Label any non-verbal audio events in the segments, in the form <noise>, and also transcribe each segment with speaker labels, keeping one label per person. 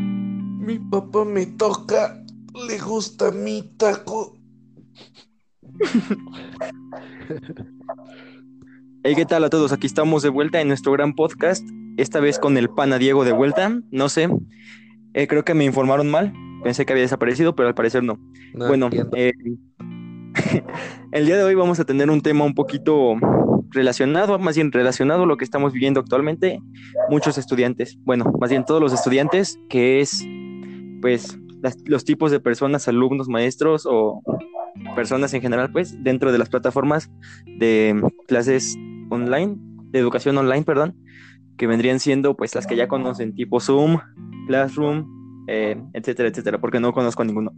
Speaker 1: Mi papá me toca, le gusta mi taco.
Speaker 2: Hey, ¿qué tal a todos? Aquí estamos de vuelta en nuestro gran podcast, esta vez con el pana Diego de vuelta, no sé, eh, creo que me informaron mal, pensé que había desaparecido, pero al parecer no.
Speaker 1: No
Speaker 2: bueno,
Speaker 1: entiendo.
Speaker 2: eh, <laughs> el día de hoy vamos a tener un tema un poquito relacionado, más bien relacionado a lo que estamos viviendo actualmente, muchos estudiantes, bueno, más bien todos los estudiantes, que es pues las- los tipos de personas, alumnos, maestros o personas en general, pues, dentro de las plataformas de clases online, de educación online, perdón, que vendrían siendo pues las que ya conocen, tipo Zoom, Classroom, eh, etcétera, etcétera, porque no conozco ninguno.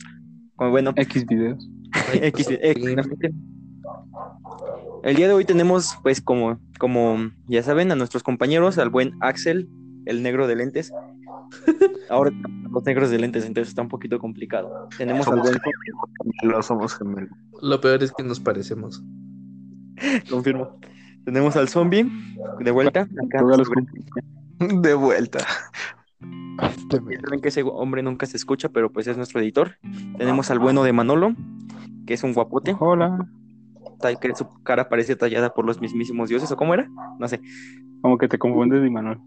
Speaker 2: Como bueno,
Speaker 3: <laughs>
Speaker 4: X videos. pues,
Speaker 2: X, exactamente. El día de hoy tenemos, pues, como, como ya saben, a nuestros compañeros, al buen Axel, el negro de lentes. Ahora los negros de lentes, entonces está un poquito complicado. Tenemos al
Speaker 4: Somos
Speaker 2: buen
Speaker 4: Los somos gemelos.
Speaker 1: Lo peor es que nos parecemos.
Speaker 2: confirmo. Tenemos al zombie de vuelta. Acá,
Speaker 4: Todos los
Speaker 2: sobre-
Speaker 4: De vuelta.
Speaker 2: saben que ese hombre nunca se escucha, pero pues es nuestro editor. Tenemos al bueno de Manolo, que es un guapote,
Speaker 4: Hola.
Speaker 2: tal que su cara parece tallada por los mismísimos dioses, ¿o cómo era? No
Speaker 3: <laughs>
Speaker 2: sé. <laughs>
Speaker 4: Como que te confundes, Di Manuel.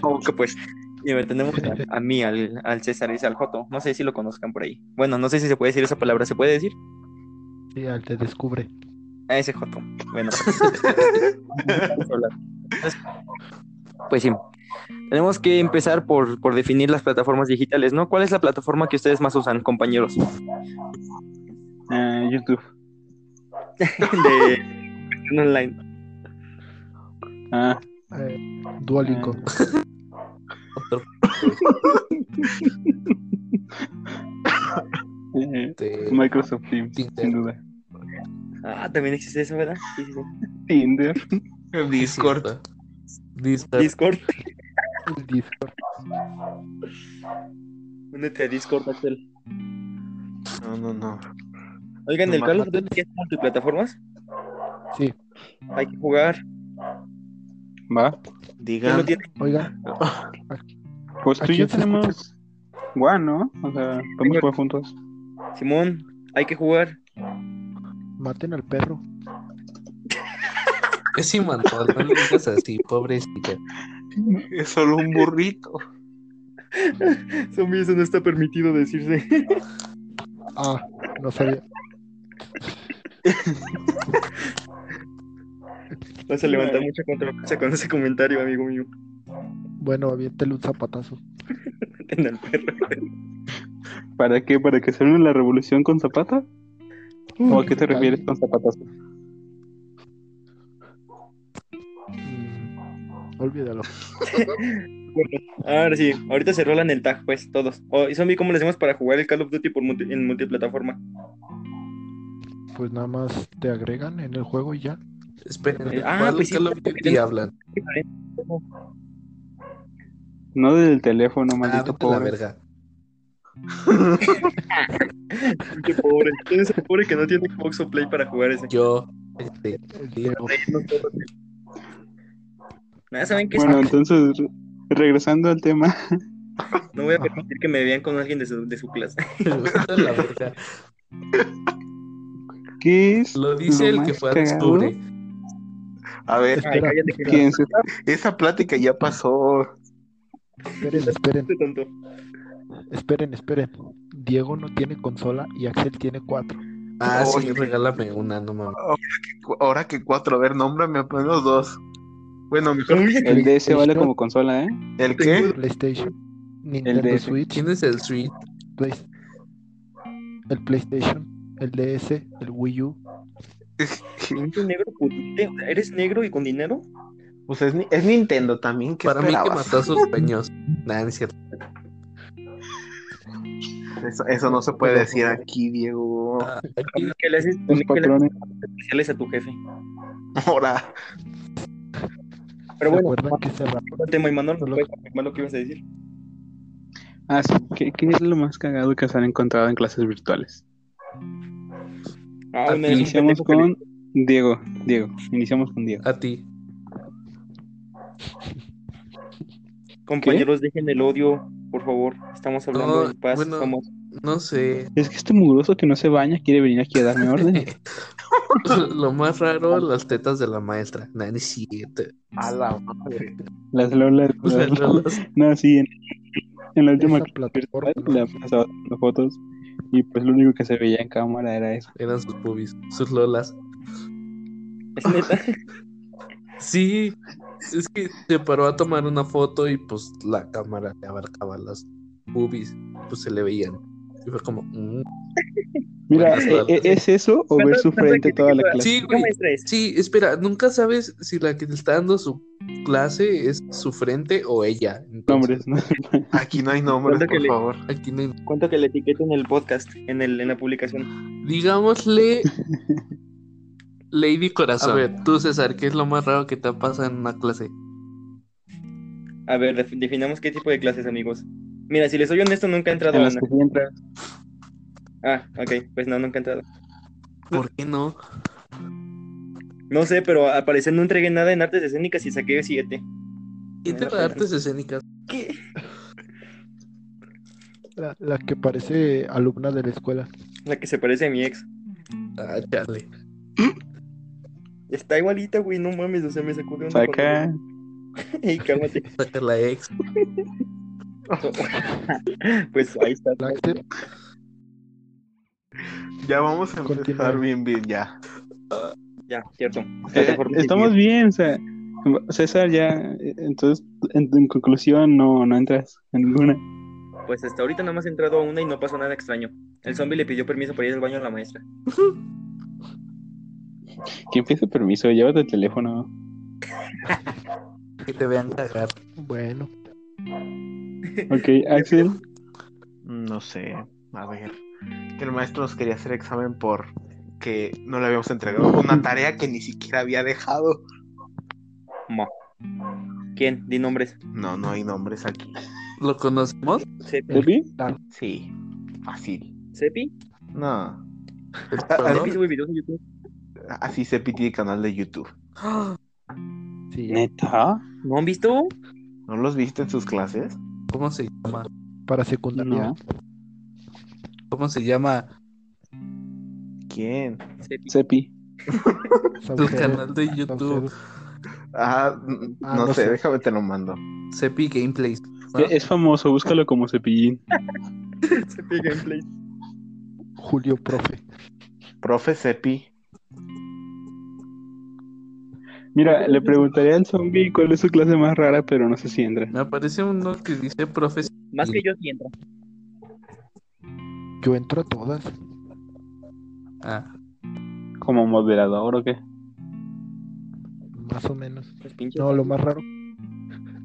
Speaker 2: Como que pues, y me tenemos a, a mí, al, al César y al Joto. No sé si lo conozcan por ahí. Bueno, no sé si se puede decir esa palabra. ¿Se puede decir?
Speaker 3: Sí, al te descubre.
Speaker 2: A ese Joto.
Speaker 3: <laughs>
Speaker 2: Bueno. <laughs> Entonces, pues sí. Tenemos que empezar por, por definir las plataformas digitales, ¿no? ¿Cuál es la plataforma que ustedes más usan, compañeros?
Speaker 4: Eh, YouTube.
Speaker 2: De online.
Speaker 4: Ah,
Speaker 3: Eh, Duolingo.
Speaker 4: <laughs> eh,
Speaker 1: Este,
Speaker 4: Microsoft Teams,
Speaker 1: Tinder.
Speaker 4: sin duda.
Speaker 2: Ah, también existe eso, ¿verdad? Sí, sí, sí.
Speaker 4: Tinder.
Speaker 1: Discord. Discord.
Speaker 2: Discord.
Speaker 3: el Discord.
Speaker 2: Únete a Discord, Axel.
Speaker 5: No, no, no.
Speaker 2: Oigan, el
Speaker 5: Nomás
Speaker 2: Carlos, ¿dónde tienes multiplataformas?
Speaker 3: Sí,
Speaker 2: Hay que jugar.
Speaker 4: Va.
Speaker 2: ¿Quién
Speaker 5: Digan,
Speaker 2: lo tiene?
Speaker 3: oigan,
Speaker 4: Pues tú
Speaker 3: ¿A
Speaker 4: y yo
Speaker 3: quién se
Speaker 4: tenemos. Guau, ¿no? O sea, podemos jugar juntos.
Speaker 2: Simón, hay que jugar.
Speaker 3: maten al perro.
Speaker 1: Es Imanol, no le digas así, pobrecita.
Speaker 5: es solo un burrito.
Speaker 2: Zombie, eso no está permitido decirse.
Speaker 3: Ah, no sabía.
Speaker 2: Vas a levantar mucha controversia con ese comentario, amigo mío.
Speaker 3: Bueno, aviéntale un zapatazo.
Speaker 2: En el perro.
Speaker 4: ¿Para qué? ¿Para que se une la revolución con Zapata? ¿O a qué te
Speaker 3: Dale.
Speaker 4: refieres con zapatas?
Speaker 3: Mm, olvídalo.
Speaker 2: Ahora sí, ahorita se rolan el tag, pues, todos. Oh, ¿Y Zombie, cómo le hacemos para jugar el Call of Duty por multi- en multiplataforma?
Speaker 3: Pues nada más te agregan en el juego y ya.
Speaker 1: Esperen,
Speaker 2: Ah,
Speaker 1: ¿cuál
Speaker 2: pues sí,
Speaker 1: Call of
Speaker 2: porque
Speaker 1: Duty
Speaker 2: tienes-
Speaker 1: hablan? Ah,
Speaker 4: No del teléfono,
Speaker 1: Ah,
Speaker 4: maldito
Speaker 1: vete a la
Speaker 4: pobre.
Speaker 1: verga.
Speaker 2: Qué pobre. ¿Quién es el pobre que no tiene Xbox o Play para jugar ese?
Speaker 1: Yo, este,
Speaker 3: El Diego.
Speaker 2: Nada, ¿saben qué?
Speaker 4: Bueno, entonces, re- regresando al tema.
Speaker 2: No voy a permitir que me vean con alguien de su, de su clase.
Speaker 1: <laughs>
Speaker 2: <laughs>
Speaker 1: vete a la verga.
Speaker 4: ¿Qué es?
Speaker 1: Lo dice el
Speaker 4: más
Speaker 1: que fue a
Speaker 4: cagado?
Speaker 1: octubre.
Speaker 5: A ver,
Speaker 2: Ay,
Speaker 3: Espera,
Speaker 2: cállate,
Speaker 3: espera,
Speaker 4: Que en su-
Speaker 5: esa plática ya pasó.
Speaker 3: esperen, esperen,
Speaker 2: Este tonto.
Speaker 3: esperen, esperen. Diego no tiene consola y Axel tiene cuatro.
Speaker 1: Ah, sí,
Speaker 5: Oye.
Speaker 1: regálame una, no mames.
Speaker 5: Cu- Ahora que cuatro, a ver, nómbrame al menos dos. Bueno, mejor
Speaker 2: Zombie,
Speaker 4: El DS vale como consola, ¿eh?
Speaker 5: el qué?
Speaker 3: PlayStation, Nintendo
Speaker 4: DS.
Speaker 3: Switch,
Speaker 1: ¿Quién es el Switch?
Speaker 3: Play- el PlayStation, el DS, el Wii U.
Speaker 2: pinche negro putite. O sea, ¿Eres negro y con dinero?
Speaker 5: Pues es, ni- es Nintendo también, ¿qué
Speaker 1: Para mí que
Speaker 5: esperabas?
Speaker 1: mató sus sueños. Nah, no es cierto.
Speaker 5: Eso, eso no se puede decir aquí, Diego.
Speaker 1: Aquí,
Speaker 2: ¿Qué le haces
Speaker 4: Los
Speaker 2: ¿Qué le haces
Speaker 4: patrones.
Speaker 2: especiales a tu jefe?
Speaker 5: Ahora,
Speaker 2: Pero bueno,
Speaker 3: Recuerdan que se rapó.
Speaker 2: el tema, Imanol,
Speaker 3: Solo-
Speaker 2: puedes confirmar lo que ibas a decir.
Speaker 4: Ah, sí. ¿Qué, qué es lo más cagado que se han encontrado en clases virtuales?
Speaker 2: Ah,
Speaker 1: Ah,
Speaker 2: hoy me dejó un
Speaker 4: Iniciamos
Speaker 2: pendejo que le-
Speaker 4: con Diego. Diego, iniciamos con Diego.
Speaker 1: a ti.
Speaker 2: Compañeros, dejen el odio. por favor. Estamos hablando
Speaker 1: No,
Speaker 2: de paz.
Speaker 1: bueno. <laughs>
Speaker 2: estamos-
Speaker 1: No sé.
Speaker 4: Es que este mugroso que no se baña quiere venir aquí a
Speaker 1: <laughs>
Speaker 4: darme orden.
Speaker 1: Lo más raro, las tetas de la maestra. Nah, ni cierto.
Speaker 5: A la madre.
Speaker 1: <laughs>
Speaker 4: Las lolas. <laughs> las lolas. <laughs> No, sí, en, en la última
Speaker 3: Esa plataforma, ¿no?
Speaker 4: le pasaba las fotos y pues lo único que se veía en cámara era eso.
Speaker 1: Eran sus pubis, sus lolas.
Speaker 2: Es neta.
Speaker 1: Sí, es que se paró a tomar una foto y pues la cámara le abarcaba las boobies, pues se le veían. Y fue como, mm.
Speaker 4: Mira,
Speaker 1: Buenas
Speaker 4: eh, eh,
Speaker 1: tardes.
Speaker 4: ¿es eso o ver su frente toda la clase?
Speaker 1: sí, güey.
Speaker 2: estrés.
Speaker 1: Sí, espera, nunca sabes si la que te está dando su clase es su frente o ella. Entonces,
Speaker 4: Nombres, ¿no?
Speaker 5: Aquí no hay nombres,
Speaker 2: Cuenta que
Speaker 5: por
Speaker 2: le-
Speaker 5: favor.
Speaker 1: aquí no hay-
Speaker 2: Cuento que le etiqueto en el podcast, en, el, en la publicación.
Speaker 1: Digámosle Lady Corazón.
Speaker 2: A
Speaker 1: A ver, tú César, ¿qué es lo más raro que te pasa en una clase?
Speaker 2: A ver, def- definamos qué tipo de clases, amigos. Mira, si les soy honesto, nunca he entrado
Speaker 4: En
Speaker 2: a
Speaker 4: las
Speaker 2: una.
Speaker 4: que sí entras.
Speaker 2: Ah, ok, pues no, nunca he entrado.
Speaker 1: ¿Por qué no?
Speaker 2: No sé, pero al parecer no entregué nada en artes escénicas y saqué siete.
Speaker 1: ¿Qué te
Speaker 2: Me da
Speaker 1: da
Speaker 2: pena.
Speaker 1: artes escénicas?
Speaker 2: ¿Qué?
Speaker 3: La, la que parece alumna de la escuela.
Speaker 2: La que se parece a mi ex.
Speaker 1: Ah, chale.
Speaker 2: Está igualita, güey, no mames, o sea, me sacó de onda.
Speaker 4: Saca.
Speaker 2: cuando- <laughs> Ey, cálmate.
Speaker 1: Saca la ex.
Speaker 2: pues ahí está.
Speaker 3: Blackster,
Speaker 5: Ya vamos a empezar
Speaker 3: Continúa.
Speaker 5: bien, bien, ya.
Speaker 2: Ya, cierto.
Speaker 4: Eh, estamos bien, o sea, César ya, eh, entonces, en, en conclusión, no, no entras en ninguna.
Speaker 2: Pues hasta ahorita nada más he entrado a una y no pasó nada extraño. El zombie le pidió permiso para ir al baño a la maestra.
Speaker 4: Que empiece permiso, llévate el teléfono.
Speaker 1: Que te vean cagar.
Speaker 3: bueno,
Speaker 4: Ok, Axel,
Speaker 5: No sé, a ver. Que el maestro nos quería hacer examen por que no le habíamos entregado una tarea que ni siquiera había dejado.
Speaker 2: Mo. ¿Quién? Di nombres.
Speaker 5: No, no hay nombres aquí.
Speaker 1: ¿Lo conocemos?
Speaker 2: ¿Sepi?
Speaker 4: Debbie,
Speaker 5: Sí, fácil.
Speaker 2: ¿Sepi?
Speaker 5: No.
Speaker 1: El
Speaker 5: ¿No?
Speaker 2: ¿Sepi sube videos en YouTube?
Speaker 5: Así se pide el canal de YouTube.
Speaker 1: perro.
Speaker 3: sí,
Speaker 2: Eh,
Speaker 4: neta,
Speaker 2: ¿No han visto?
Speaker 5: ¿No los viste en sus clases?
Speaker 1: ¿Cómo se llama?
Speaker 3: para secundaria.
Speaker 4: No.
Speaker 1: ¿Cómo se llama
Speaker 5: ¿Quién?
Speaker 2: Sepi.
Speaker 4: Sepi.
Speaker 1: tu
Speaker 3: Saucedo,
Speaker 1: canal de YouTube?
Speaker 3: Saucedo.
Speaker 5: Ah, n-
Speaker 3: Ah,
Speaker 5: no,
Speaker 3: no
Speaker 5: sé,
Speaker 3: sé.
Speaker 5: déjame te lo mando.
Speaker 1: Sepi Gameplays. ¿no?
Speaker 4: Eh, Es famoso, búscalo como cepillín.
Speaker 2: Sepi Gameplay.
Speaker 3: Julio Profe.
Speaker 5: Profe Sepi.
Speaker 4: Mira, le preguntaría al zombie cuál es su clase más rara, pero no sé si entra.
Speaker 1: Me aparece uno que dice profe.
Speaker 2: Más que yo sí entro.
Speaker 3: Yo entro a todas.
Speaker 1: Ah,
Speaker 4: ¿Como moderador o qué?
Speaker 3: Más o menos.
Speaker 2: Pues pinche.
Speaker 3: No, lo más raro.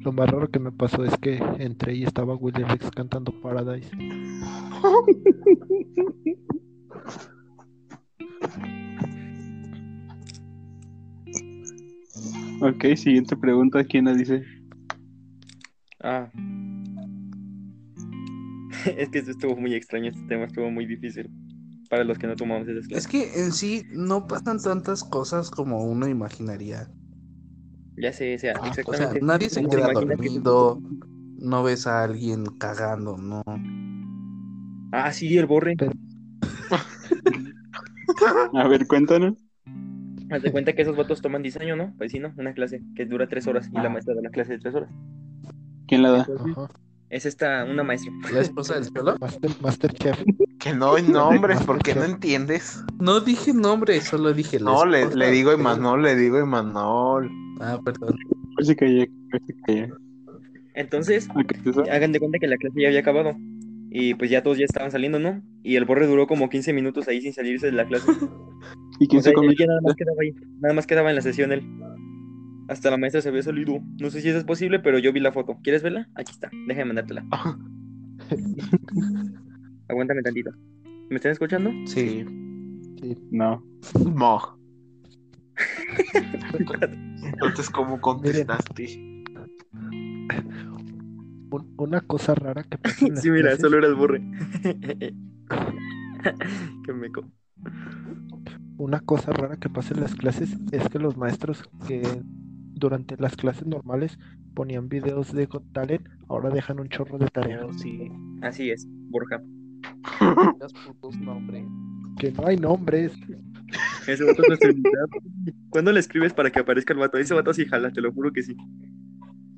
Speaker 3: Lo más raro que me pasó es que entré y estaba William Rex cantando Paradise.
Speaker 4: Ok, siguiente pregunta, ¿quién la dice?
Speaker 2: Ah. <laughs> es que esto estuvo muy extraño, este tema estuvo muy difícil. Para los que no tomamos esas
Speaker 1: es
Speaker 2: clases.
Speaker 1: que en sí no pasan tantas cosas como uno imaginaría.
Speaker 2: Ya sé, o sea,
Speaker 1: Ah, O sea,
Speaker 2: exactamente.
Speaker 1: nadie se
Speaker 2: ¿Cómo
Speaker 1: queda
Speaker 2: imaginas que-
Speaker 1: dormido. No ves a alguien cagando, no.
Speaker 2: Ah, sí, el borre.
Speaker 4: A ver, cuéntanos.
Speaker 2: Haz de cuenta que esos vatos toman diseño, ¿no? Pues sí, ¿no? Una clase que dura tres horas
Speaker 1: Ah.
Speaker 2: y la maestra da la clase de tres horas.
Speaker 4: ¿Quién la da?
Speaker 3: Ajá.
Speaker 2: Es esta, una maestra.
Speaker 1: ¿La esposa del cholo?
Speaker 3: Master, Masterchef.
Speaker 5: Que
Speaker 3: <laughs>
Speaker 5: no hay nombres, porque no entiendes.
Speaker 1: No dije nombre, solo dije la
Speaker 5: No, le,
Speaker 1: esposa
Speaker 5: le digo
Speaker 1: del-
Speaker 5: Imanol, le digo Imanol.
Speaker 1: Ah, perdón.
Speaker 4: A ver si callé, a ver si callé.
Speaker 2: Entonces,
Speaker 4: Ok, César.
Speaker 2: hagan de cuenta que la clase ya había acabado. Y pues ya todos ya estaban saliendo, ¿no? Y el borre duró como 15 minutos ahí sin salirse de
Speaker 1: <laughs>
Speaker 2: la clase.
Speaker 4: ¿Y quién
Speaker 2: O sea,
Speaker 4: se
Speaker 2: él
Speaker 4: comió?
Speaker 2: ya nada más quedaba ahí. Nada más quedaba en la sesión él. Hasta la maestra se había salido. No sé si eso es posible, pero yo vi la foto. ¿Quieres verla? Aquí está.
Speaker 1: <laughs>
Speaker 2: Déjame mandártela. Aguántame tantito. ¿Me están escuchando?
Speaker 1: Sí.
Speaker 4: No.
Speaker 3: <laughs>
Speaker 5: Mo. Entonces, ¿cómo contestaste?
Speaker 3: Un- una cosa rara que pasa
Speaker 2: <laughs>
Speaker 3: en las
Speaker 2: Sí, mira,
Speaker 3: clases
Speaker 2: solo era el borre. <laughs> Qué meco.
Speaker 3: Una cosa rara que pasa en las clases es que los maestros que durante las clases normales ponían videos de Got Talent, ahora dejan un chorro de tareas.
Speaker 1: Pero sí.
Speaker 2: Así es, Borja.
Speaker 1: Las putos nombres.
Speaker 3: Que no hay nombres.
Speaker 2: Ese vato es <laughs> nuestro invitado. ¿Cuándo le escribes para que aparezca el vato? Ese vato sí jala, te lo juro que sí.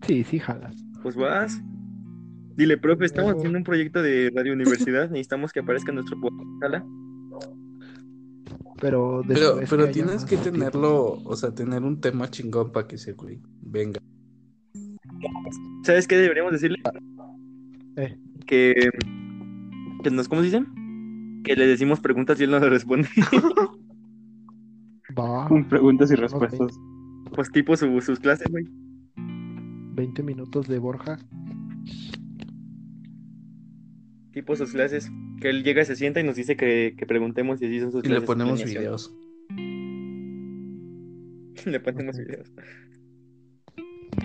Speaker 3: Sí, sí, jalas.
Speaker 2: Pues vas. Dile, profe, estamos haciendo un proyecto de radio <laughs> universidad, necesitamos que aparezca en nuestro podcast. Jala.
Speaker 3: Pero,
Speaker 1: Pero,
Speaker 3: después
Speaker 1: pero
Speaker 3: haya
Speaker 1: tienes
Speaker 3: más
Speaker 1: que
Speaker 3: tiempo.
Speaker 1: tenerlo, o sea, tener un tema chingón para que ese güey venga.
Speaker 2: ¿Sabes qué deberíamos decirle?
Speaker 3: Eh.
Speaker 2: Que, que nos, ¿cómo se dice? Que le decimos preguntas y él nos las responde. <laughs>
Speaker 3: Va,
Speaker 4: Con preguntas y
Speaker 3: Ok.
Speaker 4: respuestas.
Speaker 2: Pues tipo su- sus clases, güey.
Speaker 3: 20 minutos de Borja.
Speaker 2: Tipo sus clases. Que él llega, se sienta y nos dice que, que preguntemos y así son sus
Speaker 1: Y
Speaker 2: clases.
Speaker 1: le ponemos
Speaker 2: planeación.
Speaker 1: videos.
Speaker 2: <laughs> Le ponemos videos.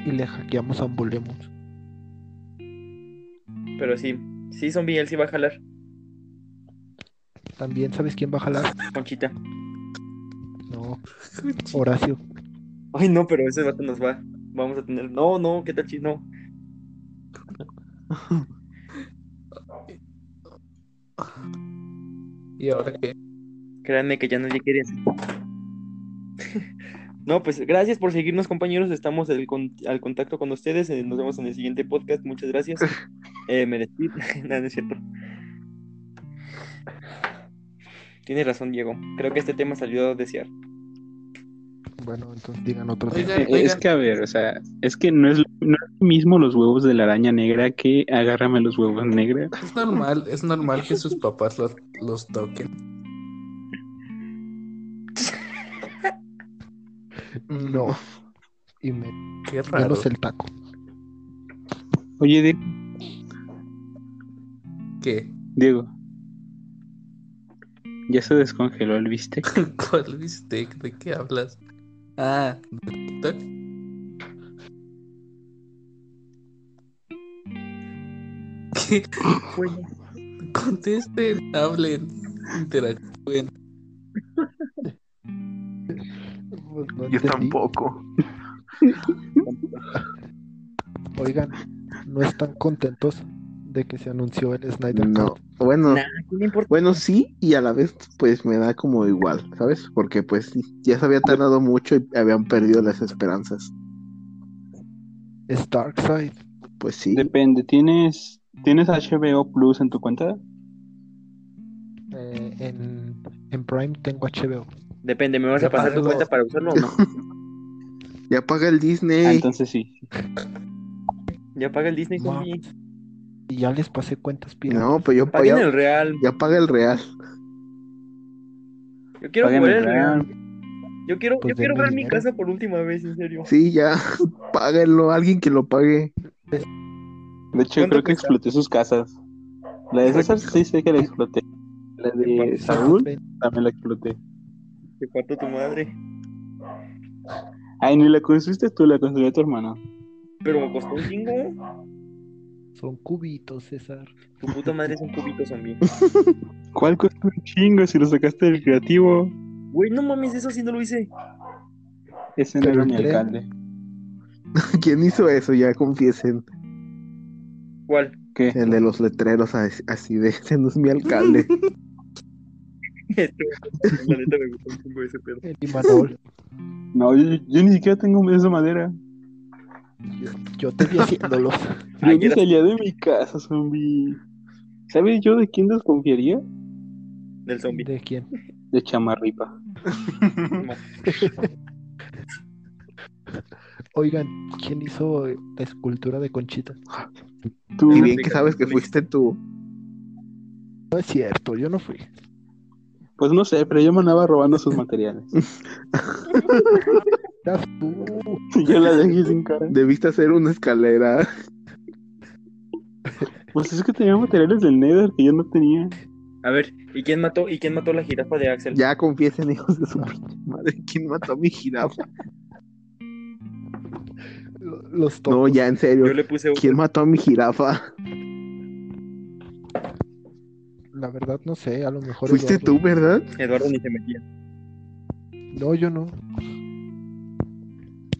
Speaker 3: y le hackeamos a Ambulemos.
Speaker 2: Pero sí, sí, zombie, él sí va a jalar.
Speaker 3: También, ¿sabes quién va a jalar?
Speaker 2: Conchita.
Speaker 3: No,
Speaker 1: <laughs>
Speaker 3: Horacio.
Speaker 2: Ay, no, pero ese vato nos va. Vamos a tener. No, no, qué tal chis, no.
Speaker 1: Y ahora que
Speaker 2: Créanme que ya nadie quiere así. <laughs> No, pues gracias por seguirnos, compañeros. Estamos al con- al contacto con ustedes. Eh, Nos vemos en el siguiente podcast.
Speaker 1: <laughs>
Speaker 2: Muchas gracias. Eh, me despido. <laughs> Nada, no es cierto. Tienes razón, Diego. Creo que este tema salió a desear.
Speaker 3: Bueno, entonces digan otro.
Speaker 1: Oiga,
Speaker 3: tema.
Speaker 4: Eh, Es que, a ver, o sea, es que no es, lo- no es lo mismo los huevos de la araña negra que agárrame los huevos negra.
Speaker 1: es normal, es normal que sus papás los, los toquen.
Speaker 3: No. Y me,
Speaker 1: Qué raro.
Speaker 3: menos el taco.
Speaker 4: Oye, Di-
Speaker 1: ¿Qué?
Speaker 4: Diego. Ya se descongeló el bistec.
Speaker 1: ¿Cuál bistec? ¿De qué hablas? Ah, ¿de TikTok? ¿Qué? Contesten, hablen, interactúen.
Speaker 3: Pues no
Speaker 5: <laughs> Yo
Speaker 3: entendí.
Speaker 5: tampoco.
Speaker 3: Oigan, ¿no están contentos de que se anunció el Snyder
Speaker 6: No.
Speaker 3: Cut?
Speaker 6: Bueno,
Speaker 2: Nah, no importa.
Speaker 6: bueno, sí, y a la vez, pues me da como igual, ¿sabes? Porque pues sí, ya se había tardado mucho y habían perdido las esperanzas.
Speaker 3: Es Darkseid.
Speaker 6: Pues sí.
Speaker 4: <laughs> Depende, ¿tienes, ¿tienes HBO Plus en tu cuenta?
Speaker 3: Eh, en, en Prime tengo HBO.
Speaker 2: Depende, ¿me vas a pasar tu
Speaker 1: Algo-
Speaker 2: cuenta para usarlo o no?
Speaker 6: Ya paga el
Speaker 4: Ah,
Speaker 6: Disney.
Speaker 4: entonces sí.
Speaker 2: Ya paga el Disney,
Speaker 3: Ma-
Speaker 2: zombie.
Speaker 3: Y ya les pasé cuentas piratas.
Speaker 6: No, pues yo
Speaker 2: Paguen
Speaker 6: ya,
Speaker 2: el Real.
Speaker 6: ya paga el Real.
Speaker 2: Yo quiero
Speaker 4: Págame
Speaker 2: jugar el
Speaker 4: el
Speaker 2: Real.
Speaker 4: Real.
Speaker 2: Yo quiero,
Speaker 3: Pues
Speaker 2: yo quiero
Speaker 3: denme
Speaker 2: ver mi
Speaker 3: dinero.
Speaker 2: casa por última vez, en serio.
Speaker 6: Sí, ya. <laughs> Páguenlo, alguien que lo pague. <laughs>
Speaker 4: De
Speaker 2: ¿Cuánto
Speaker 4: hecho, creo que
Speaker 2: cuesta?
Speaker 4: exploté sus casas. La de César sí sé que la exploté. La de Eh, Saúl también la exploté.
Speaker 2: Te parto tu madre.
Speaker 4: Ay, ni la construiste tú, la construyó tu hermano.
Speaker 2: Pero me costó un chingo.
Speaker 3: Son cubitos, César.
Speaker 2: Tu puta madre es un cubito zombie.
Speaker 4: ¿Cuál costó un chingo si lo sacaste del creativo?
Speaker 2: Güey, no mames, eso sí no lo hice.
Speaker 4: Ese no
Speaker 3: Pero
Speaker 4: era
Speaker 3: el
Speaker 4: mi
Speaker 3: tren.
Speaker 4: alcalde.
Speaker 6: ¿Quién hizo eso? Ya confiesen.
Speaker 2: ¿Cuál? <laughs>
Speaker 4: ¿Qué?
Speaker 6: El de los letreros as- así de <laughs> ese no es mi
Speaker 2: <laughs>
Speaker 6: alcalde.
Speaker 2: Este, La neta me gustó un chingo ese pedo.
Speaker 3: El <laughs> Imanol.
Speaker 4: No, yo, yo ni siquiera tengo esa madera.
Speaker 3: Yo te vi haciéndolos.
Speaker 4: Yo
Speaker 2: Ay,
Speaker 4: ni
Speaker 2: era-
Speaker 4: salía de mi casa, zombie. ¿Sabes yo de quién desconfiaría?
Speaker 2: Del zombie.
Speaker 3: <laughs> ¿De quién?
Speaker 4: De chamarripa.
Speaker 3: Oigan, ¿quién hizo eh, la escultura de Conchita?
Speaker 4: Tú,
Speaker 6: Y bien que sabes que fuiste tú.
Speaker 3: No es cierto, yo no fui.
Speaker 4: pues no sé, pero yo me andaba robando sus
Speaker 6: <laughs>
Speaker 4: materiales.
Speaker 3: Eras tú.
Speaker 4: yo la dejé sin cara.
Speaker 6: Debiste hacer una escalera.
Speaker 4: Pues es que tenía materiales del Nether que yo no tenía.
Speaker 2: A ver, ¿y quién mató? ¿Y quién mató la jirafa de Axel?
Speaker 6: Ya confiesen, hijos de su pinche madre. ¿Quién mató a mi jirafa?
Speaker 3: Lo- Los
Speaker 6: No,
Speaker 3: todos.
Speaker 6: ya en serio.
Speaker 2: Yo le puse un-
Speaker 6: ¿Quién mató a mi jirafa?
Speaker 3: La verdad no sé, a lo mejor.
Speaker 6: Fuiste
Speaker 3: Eduardo.
Speaker 6: tú, ¿verdad?
Speaker 2: Eduardo ni se metía.
Speaker 3: No, yo no.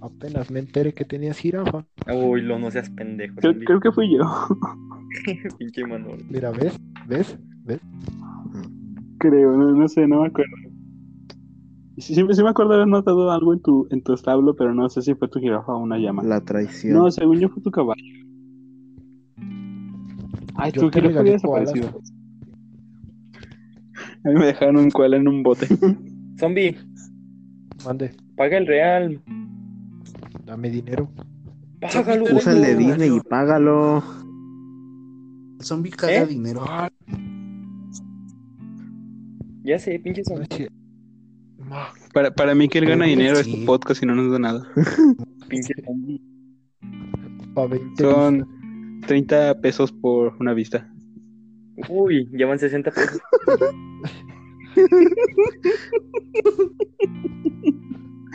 Speaker 3: Apenas me enteré que tenías jirafa.
Speaker 2: Uy, lo no seas pendejo.
Speaker 4: Creo, creo que fui yo. <laughs>
Speaker 2: Pinche Manuel.
Speaker 3: Mira, ¿ves? ¿Ves?
Speaker 4: Creo, no, no sé, no me acuerdo. Sí, sí, sí me acuerdo haber notado algo en tu, en tu establo, pero no sé si fue tu jirafa o una llama.
Speaker 6: La traición.
Speaker 4: No, según yo fue tu caballo. Ay,
Speaker 3: Yo
Speaker 4: tu jirafa
Speaker 3: te regalé
Speaker 4: había desaparecido. A mí me dejaron un koala en un bote.
Speaker 2: Zombie,
Speaker 3: Mande,
Speaker 2: paga el real.
Speaker 3: dame dinero.
Speaker 2: Págalo.
Speaker 6: Usa el de
Speaker 2: güey.
Speaker 6: Disney y págalo.
Speaker 1: El zombie caga
Speaker 2: ¿Eh?
Speaker 1: dinero.
Speaker 2: Ya sé, pinche
Speaker 3: No
Speaker 2: zombie.
Speaker 3: es cier- Ma,
Speaker 4: <laughs> Para, para mí que él gana
Speaker 1: Sí.
Speaker 4: dinero es tu podcast y no nos da nada.
Speaker 2: Pinche zombie.
Speaker 3: pa' 20
Speaker 4: Son 30 pesos por una vista.
Speaker 2: Uy, llevan 60 pesos.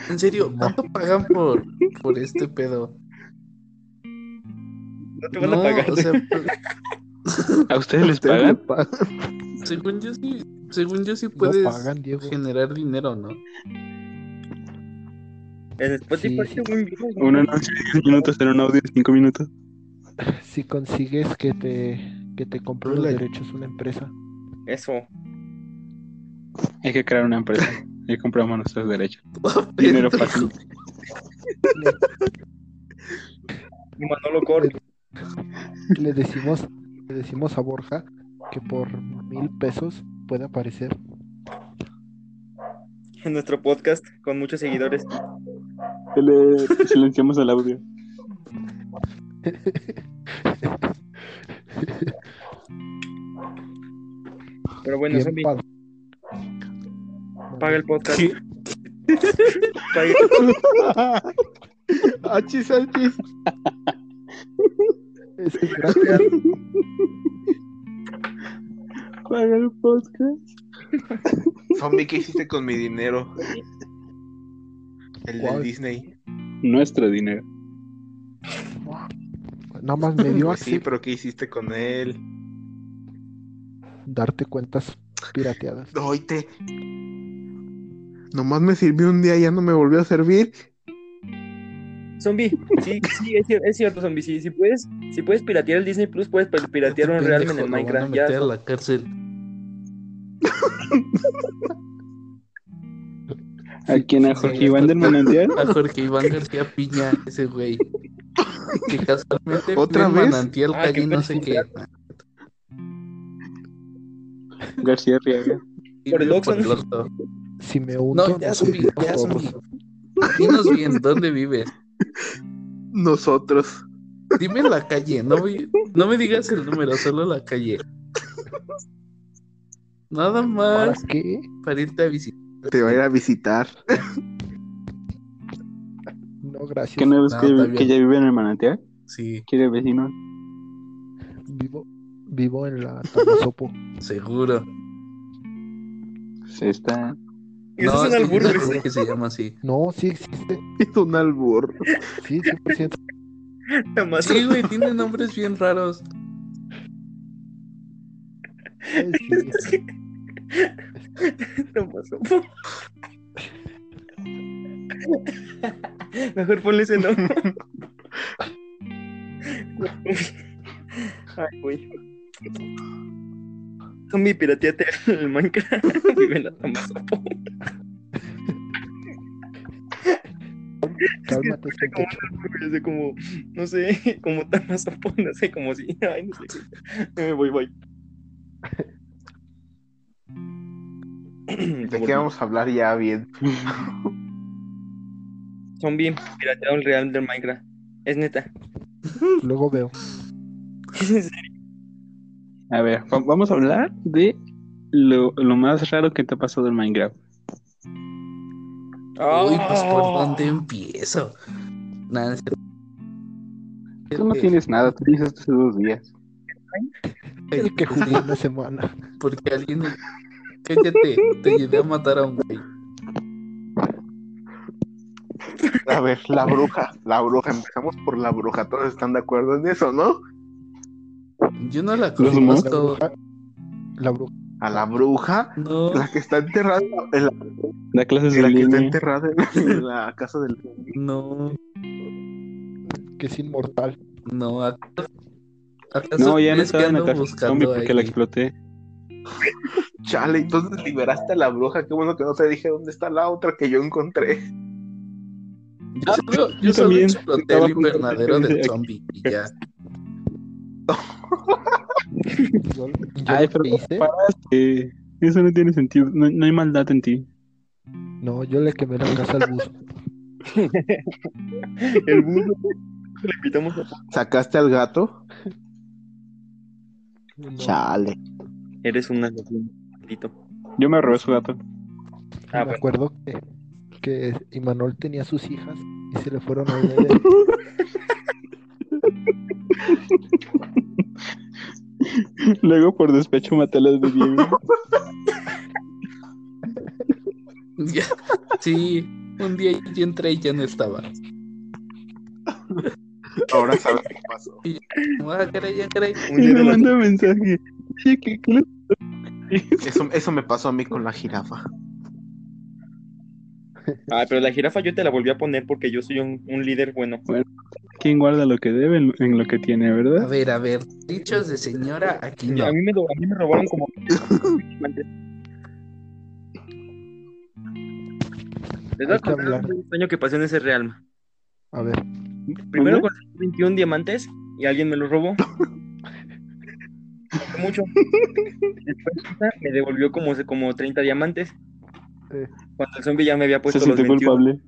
Speaker 1: En serio, ¿cuánto pagan por, por este pedo?
Speaker 2: <laughs> No te van
Speaker 1: No,
Speaker 2: a pagar.
Speaker 1: o sea, pues,
Speaker 4: ¿A ustedes les
Speaker 6: Ustedes le
Speaker 4: pagan?
Speaker 6: pagan.
Speaker 1: según yo sí, según yo sí
Speaker 3: no
Speaker 1: puedes
Speaker 3: pagan, Diego.
Speaker 1: generar dinero, ¿no?
Speaker 2: en Spotify
Speaker 3: Sí.
Speaker 2: muy bien.
Speaker 4: Una noche, 10 minutos, en un audio, 5 minutos.
Speaker 3: Si consigues que te, que te compre los
Speaker 1: Hola.
Speaker 3: derechos una empresa.
Speaker 2: Eso.
Speaker 4: Hay que crear una empresa. Y compramos nuestros derechos. Dinero fácil.
Speaker 2: Y Manolo Corp.
Speaker 3: Le decimos, le decimos a Borja que por mil pesos puede aparecer.
Speaker 2: <laughs> En nuestro podcast con muchos seguidores.
Speaker 4: Que Le silenciamos el audio.
Speaker 2: Pero bueno,
Speaker 3: Bien
Speaker 2: zombie,
Speaker 3: padre.
Speaker 2: paga el podcast.
Speaker 4: Sí.
Speaker 2: <laughs> Paga-
Speaker 6: <laughs> Achis, achis.
Speaker 3: Ese es gratis.
Speaker 4: Paga el podcast.
Speaker 5: Zombie, ¿qué hiciste con mi dinero? El del
Speaker 3: ¿Cuál?
Speaker 5: Disney.
Speaker 4: Nuestro dinero.
Speaker 3: Nada más me dio
Speaker 5: Pues
Speaker 3: así
Speaker 5: sí, pero ¿qué hiciste con él?
Speaker 3: darte cuentas pirateadas.
Speaker 5: Oíte.
Speaker 6: Nomás me sirvió un día, ya no me volvió a servir.
Speaker 2: Zombie, sí, sí, es, cier- es cierto, zombie. Sí, si, puedes, si puedes piratear el Disney Plus, puedes pir- piratear
Speaker 1: Este
Speaker 2: un Realme en el Minecraft. Ya,
Speaker 1: a la cárcel.
Speaker 4: ¿A quién? ¿A
Speaker 1: sí,
Speaker 4: Jorge
Speaker 1: sí,
Speaker 4: Iván del Manantial?
Speaker 1: A Jorge Iván García Piña, ese güey. Que casualmente
Speaker 6: ¿Otra
Speaker 1: en
Speaker 6: vez?
Speaker 1: manantial
Speaker 2: Ah,
Speaker 1: cagué
Speaker 2: qué
Speaker 1: no sé qué.
Speaker 4: García Riaga.
Speaker 1: Y
Speaker 2: Por el
Speaker 1: vive
Speaker 2: Oxxo, ¿no?
Speaker 1: Oxxo.
Speaker 3: Si me hundo,
Speaker 1: No, ya
Speaker 3: nos
Speaker 1: subí,
Speaker 3: hundimos
Speaker 1: ya
Speaker 3: todos.
Speaker 1: subí. Dinos bien, ¿dónde vives?
Speaker 6: Nosotros.
Speaker 1: Dime la calle, no, vi- no me digas el número, solo la calle. Nada
Speaker 3: ¿Para
Speaker 1: más
Speaker 3: qué?
Speaker 1: para irte a visitar.
Speaker 6: Te va a ir a visitar. <laughs>
Speaker 3: No, gracias.
Speaker 4: ¿Qué no es
Speaker 1: No,
Speaker 4: que,
Speaker 1: está
Speaker 4: que
Speaker 1: bien.
Speaker 4: ya vive en el Manantial?
Speaker 1: Sí,
Speaker 4: ¿Quiere vecino?
Speaker 3: Vivo, vivo en la Tamazopo.
Speaker 1: seguro.
Speaker 4: Se está...
Speaker 2: Eso es un
Speaker 1: estoy
Speaker 2: albur,
Speaker 1: bien
Speaker 2: güey.
Speaker 1: seguro que se llama así.
Speaker 3: No, sí existe.
Speaker 6: Es un albur.
Speaker 3: Sí, 100%.
Speaker 2: nada más.
Speaker 1: Sí, güey, tiene nombres bien raros.
Speaker 3: Ay, sí.
Speaker 2: No pasó. Mejor ponle ese nombre. Ay, güey. Zombie, pirateate el Minecraft. <laughs> Vive en la Tamazopo.
Speaker 3: Cálmate, es un
Speaker 2: como
Speaker 3: techo.
Speaker 2: No sé, como, no sé, como Tamazopo, no sé, como si. Ay, no sé. Eh, voy, voy.
Speaker 5: ¿De qué vamos a hablar ya bien?
Speaker 2: Zombie, pirateado el real del Minecraft. Es neta.
Speaker 3: Luego veo.
Speaker 2: Es en
Speaker 4: A ver, va- vamos a hablar de lo, lo más raro que te ha pasado en Minecraft.
Speaker 1: Uy,
Speaker 2: <laughs>
Speaker 1: pues por
Speaker 2: Oh.
Speaker 1: dónde empiezo. Nada, es cierto.
Speaker 4: Tú no tienes nada, tú dices hace dos días.
Speaker 3: El que jugué una semana.
Speaker 1: Porque alguien. Cállate, te ayudé a matar a un güey.
Speaker 5: A ver, la bruja, la bruja. Empezamos por la bruja. Todos están de acuerdo en eso, ¿no?
Speaker 1: Yo no la
Speaker 4: Los
Speaker 3: La
Speaker 1: conozco.
Speaker 3: bruja, la bruja
Speaker 5: a la bruja,
Speaker 1: No,
Speaker 5: la que está enterrada en la,
Speaker 4: Da clases
Speaker 5: la
Speaker 4: en
Speaker 5: que está
Speaker 4: línea.
Speaker 5: enterrada en, en la casa del
Speaker 1: no,
Speaker 3: que es inmortal.
Speaker 1: no. acá- acaso
Speaker 4: No, ya no
Speaker 1: es que
Speaker 4: estaba en la
Speaker 1: ando
Speaker 4: casa del zombie
Speaker 1: buscando
Speaker 4: porque la
Speaker 1: ahí.
Speaker 4: exploté.
Speaker 5: chale. Entonces liberaste a la bruja. Qué bueno que no te dije dónde está la otra que yo encontré.
Speaker 1: Yo, solo- yo
Speaker 4: Ah, Yo
Speaker 1: solo
Speaker 4: también
Speaker 1: exploté
Speaker 4: estaba
Speaker 1: el
Speaker 4: junto-
Speaker 1: invernadero del
Speaker 4: aquí.
Speaker 1: zombie y ya. <laughs>
Speaker 3: Yo, yo
Speaker 4: Ay,
Speaker 3: lo
Speaker 4: pero
Speaker 3: que hice,
Speaker 4: Eh, eso no tiene sentido. No, no hay maldad en ti.
Speaker 3: no, yo le quemé la casa al bus.
Speaker 2: El mundo. Le invitamos a...
Speaker 6: ¿Sacaste al gato?
Speaker 3: No,
Speaker 6: Chale.
Speaker 2: Eres un asesino, maldito.
Speaker 4: Yo me robé su gato. <laughs>
Speaker 2: Ah,
Speaker 3: me
Speaker 2: bueno.
Speaker 3: acuerdo que, que Imanol tenía sus hijas y se le fueron a ver. eh,
Speaker 4: Luego por despecho maté a las
Speaker 1: <laughs>
Speaker 4: de Diego.
Speaker 1: Ya, Sí, un día yo entré y ya no estaba.
Speaker 5: Ahora sabes qué pasó.
Speaker 1: Ah, caray, ah, caray.
Speaker 2: Un
Speaker 4: Y
Speaker 2: día
Speaker 4: me
Speaker 2: de la-
Speaker 4: <laughs> mandó mensaje. Oye, ¿qué, qué le-
Speaker 5: Eso, eso me pasó a mí con la jirafa.
Speaker 2: Ay, Ah, pero la jirafa yo te la volví a poner porque yo soy un, un líder bueno.
Speaker 4: ¿Quién guarda lo que debe en- en lo que tiene,
Speaker 1: A
Speaker 4: verdad?
Speaker 1: ver, a ver, dichos de señora, aquí no.
Speaker 2: A, mí me, do- a mí me robaron como... Les voy
Speaker 3: Hay
Speaker 2: a
Speaker 3: que
Speaker 2: contar
Speaker 3: hablar.
Speaker 2: un sueño que pasó en ese realm.
Speaker 3: A ver,
Speaker 2: Primero
Speaker 4: ¿Dónde?
Speaker 2: conseguí 21 diamantes y alguien me los robó. Fue mucho. Después esa me devolvió como, como 30 diamantes.
Speaker 3: Eh.
Speaker 2: Cuando el zombie ya me había
Speaker 4: Se
Speaker 2: puesto los
Speaker 4: sintió
Speaker 2: 21.
Speaker 4: culpable.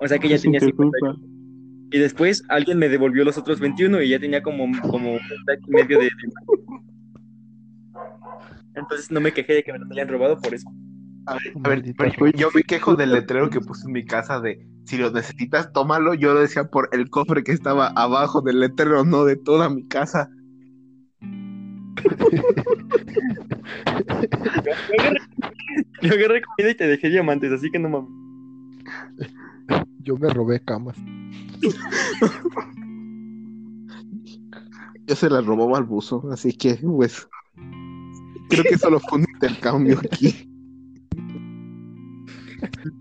Speaker 2: O sea que ya
Speaker 4: Se
Speaker 2: tenía
Speaker 4: sintió
Speaker 2: 50.
Speaker 4: culpable.
Speaker 2: Y después alguien me devolvió los otros 21 y ya tenía como, como un stack y medio de diamantes. Entonces no me quejé de que me los hayan robado por eso.
Speaker 5: A ver, a ver,
Speaker 3: Maldita
Speaker 5: yo- yo me quejo del letrero que puse en mi casa de si lo necesitas, tómalo. Yo lo decía por el cofre que estaba abajo del letrero, no de toda mi casa.
Speaker 2: Yo, yo agarré, yo agarré comida y te dejé diamantes, así que no mames.
Speaker 3: yo me robé camas.
Speaker 6: Yo se la robaba al buzo, así que, pues. Creo que solo fue un intercambio aquí.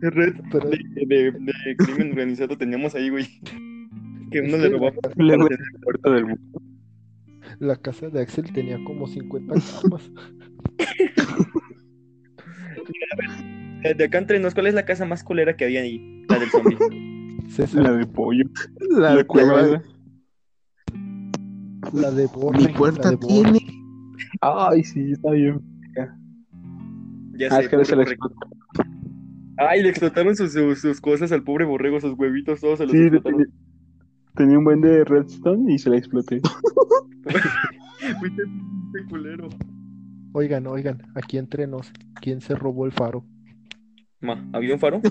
Speaker 2: Red
Speaker 3: Pero
Speaker 2: de, de- de crimen organizado teníamos ahí, güey. Que uno le robaba
Speaker 4: Luego en la puerta del bu-
Speaker 3: la casa de Axel tenía como 50 camas.
Speaker 2: de, de acá entre nos. ¿Cuál es la casa más culera que había ahí? La del
Speaker 4: <laughs>
Speaker 2: zombie.
Speaker 3: César,
Speaker 4: la de pollo.
Speaker 6: La,
Speaker 4: <laughs> La
Speaker 6: cueva.
Speaker 4: cueva. esa.
Speaker 3: la de Borre.
Speaker 6: Mi
Speaker 3: la
Speaker 6: puerta
Speaker 3: de Borre.
Speaker 6: tiene.
Speaker 5: <laughs>
Speaker 4: Ay, sí, está bien.
Speaker 2: Ya
Speaker 4: Ah,
Speaker 2: sé,
Speaker 4: es que no se la
Speaker 2: pobre borrego.
Speaker 4: explotó.
Speaker 2: Ay, le explotaron sus, sus, sus cosas al pobre borrego, sus huevitos, todos se los
Speaker 4: Sí, tenía,
Speaker 2: explotaron.
Speaker 4: tenía un buen de redstone y se la <laughs> exploté.
Speaker 2: Fuiste un culero.
Speaker 3: Oigan, oigan, aquí entre nos, ¿quién se robó el faro?
Speaker 2: Ma, ¿había un
Speaker 4: <laughs>
Speaker 2: faro?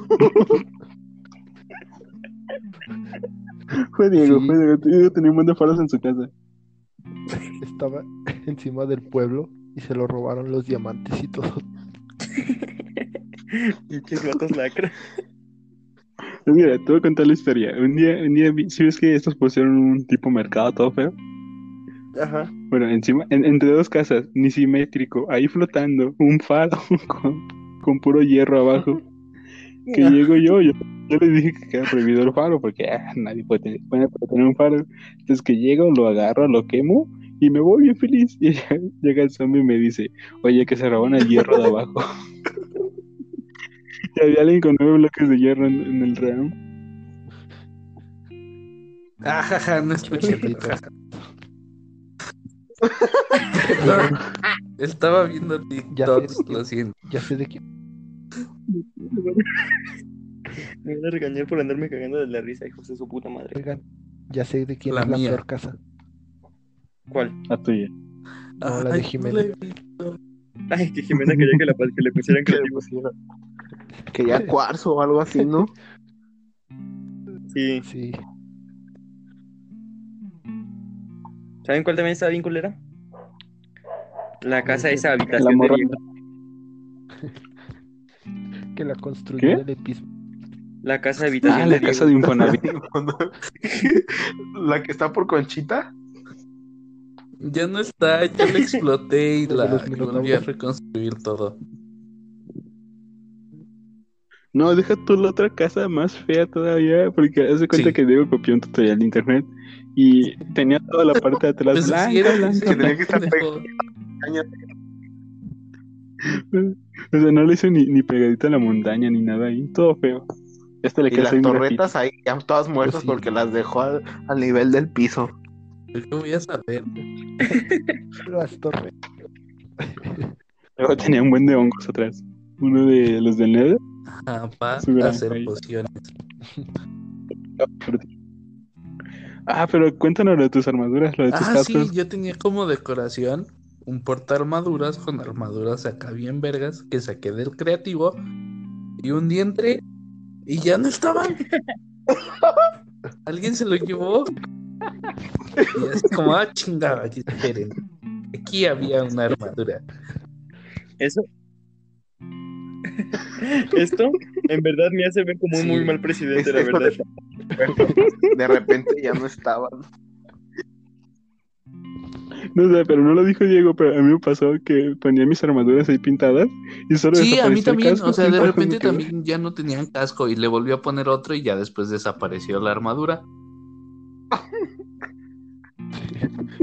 Speaker 4: Fue Diego,
Speaker 3: Sí.
Speaker 4: fue Diego. Diego tenía un buen de faros en su casa.
Speaker 3: Estaba <laughs> encima del pueblo y se lo robaron los diamantes y todo. <laughs>
Speaker 2: Pinches gatos lacra.
Speaker 4: Pues mira, te voy a contar la historia. Un día, un día, si ves que estos pusieron un tipo mercado todo feo.
Speaker 2: Ajá.
Speaker 4: Bueno, encima, en- entre dos casas, ni simétrico, ahí flotando, un faro <laughs> con, con puro hierro abajo. Que llego yo, yo, yo les dije que queda prohibido el faro, porque ah, nadie puede tener, bueno, puede tener un faro. Entonces que llego, lo agarro, lo quemo y me voy bien feliz. <laughs> Y llega, llega el zombie y me dice, oye, que se roban el hierro de abajo. <laughs> y había alguien con nueve bloques de hierro en, en el RAM.
Speaker 1: Ajaja, Ah, no escuché. jaja. <laughs> Estaba viendo TikToks, lo siento.
Speaker 3: Ya sé de quién.
Speaker 2: Me van a regañar por andarme cagando de la risa, hijos de su puta madre.
Speaker 3: Oigan, ya sé de quién
Speaker 1: La
Speaker 3: es la
Speaker 1: mía.
Speaker 3: peor casa.
Speaker 2: ¿Cuál? <laughs>
Speaker 4: La tuya.
Speaker 3: No, la
Speaker 1: Ay,
Speaker 3: de
Speaker 1: no
Speaker 3: Jimena.
Speaker 1: la he visto.
Speaker 2: Ay, que Jimena quería que, la, que le pusieran
Speaker 6: Que,
Speaker 2: creativo.
Speaker 6: que
Speaker 5: <laughs>
Speaker 6: ya cuarzo o algo así, ¿no?
Speaker 2: Sí.
Speaker 3: Sí.
Speaker 2: ¿Saben cuál también estaba bien culera? La casa
Speaker 3: Oye,
Speaker 2: esa
Speaker 4: La
Speaker 2: habitación de
Speaker 4: morra.
Speaker 2: Diego.
Speaker 3: Que la construyó
Speaker 4: ¿Qué?
Speaker 3: el epismo.
Speaker 2: La casa habitación
Speaker 4: Ah,
Speaker 2: de
Speaker 4: la
Speaker 2: Diego.
Speaker 4: casa de Infonavit.
Speaker 5: la que está por Conchita.
Speaker 1: Ya no está, ya la exploté y
Speaker 3: De
Speaker 1: la
Speaker 3: los
Speaker 1: y volví a
Speaker 3: minotauros.
Speaker 1: reconstruir todo.
Speaker 4: <laughs> No, deja tú la otra casa más fea todavía, porque hace cuenta
Speaker 1: Sí.
Speaker 4: que Diego copió un tutorial de internet y tenía toda la parte de atrás
Speaker 1: Pues
Speaker 4: blanca,
Speaker 1: así era,
Speaker 4: blanca,
Speaker 5: que tenía que estar
Speaker 1: pendejo.
Speaker 4: O sea, no le hizo ni, ni pegadita a la montaña ni nada ahí, todo feo. Este le
Speaker 5: Y
Speaker 4: queda
Speaker 5: las
Speaker 4: ahí un
Speaker 5: torretas ahí, ya todas muertas
Speaker 1: sí.
Speaker 5: porque las dejó al, al nivel del piso.
Speaker 1: Yo qué voy a saber.
Speaker 3: Las torres.
Speaker 4: grafito. Luego tenía un buen de hongos atrás. Uno de los del Nether,
Speaker 1: Jamás
Speaker 4: Sí, mira,
Speaker 1: hacer
Speaker 4: ahí.
Speaker 1: pociones.
Speaker 4: Ah, pero cuéntanos lo de tus armaduras, lo de tus
Speaker 1: Ah, sí,
Speaker 4: cascos.
Speaker 1: yo tenía como decoración un porta armaduras con armaduras acá bien vergas que saqué del creativo y un diente y ya no
Speaker 4: <laughs>
Speaker 1: estaban. Alguien se lo llevó. Y es como, ah, chingada, aquí- esperen. Aquí había una armadura.
Speaker 2: Eso. <laughs> Esto en verdad me hace ver como un
Speaker 1: Sí.
Speaker 2: muy mal presidente,
Speaker 5: Es
Speaker 4: <laughs>
Speaker 2: la
Speaker 5: esto
Speaker 2: verdad.
Speaker 5: De repente ya no estaban. <laughs>
Speaker 4: No sé, pero no lo dijo Diego, pero a mí me pasó que ponía mis armaduras ahí pintadas y solo
Speaker 1: Sí, a mí
Speaker 4: desaparecía el
Speaker 1: también,
Speaker 4: casco
Speaker 1: o sea,
Speaker 4: y
Speaker 1: de
Speaker 4: luego me
Speaker 1: repente
Speaker 4: quedé-
Speaker 1: también ya no tenían casco y le volvió a poner otro y ya después desapareció la armadura.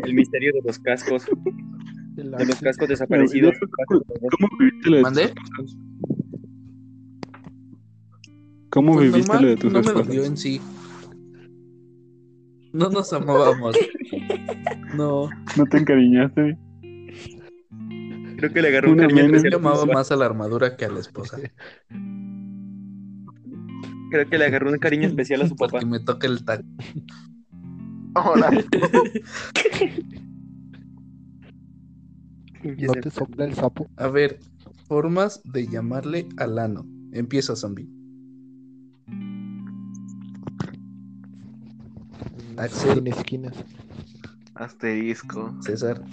Speaker 2: El misterio de los cascos,
Speaker 3: El
Speaker 2: de los
Speaker 3: ángel. <laughs>
Speaker 2: cascos
Speaker 4: <laughs>
Speaker 2: desaparecidos.
Speaker 4: ¿Cómo viviste lo de tus
Speaker 1: ¿Mandé?
Speaker 4: cosas? ¿Cómo
Speaker 1: Pues
Speaker 4: viviste
Speaker 1: normal,
Speaker 4: lo de tus
Speaker 1: no me
Speaker 4: cosas?
Speaker 1: dolió en sí. No nos amábamos. No,
Speaker 4: No te encariñaste.
Speaker 2: Creo que le agarró un
Speaker 4: Una
Speaker 2: cariño
Speaker 4: mena.
Speaker 1: yo
Speaker 2: especial.
Speaker 1: amaba más a la armadura que a la
Speaker 4: <laughs>
Speaker 1: esposa.
Speaker 2: Creo que le agarró un cariño especial a
Speaker 4: <laughs>
Speaker 2: su papá.
Speaker 1: Porque me toca el tacto.
Speaker 5: Ahora,
Speaker 3: No te sopla el sapo.
Speaker 1: A ver, formas de llamarle al ano. Empieza zombie. Axel.
Speaker 3: Sin Ah, esquinas.
Speaker 5: asterisco.
Speaker 1: César.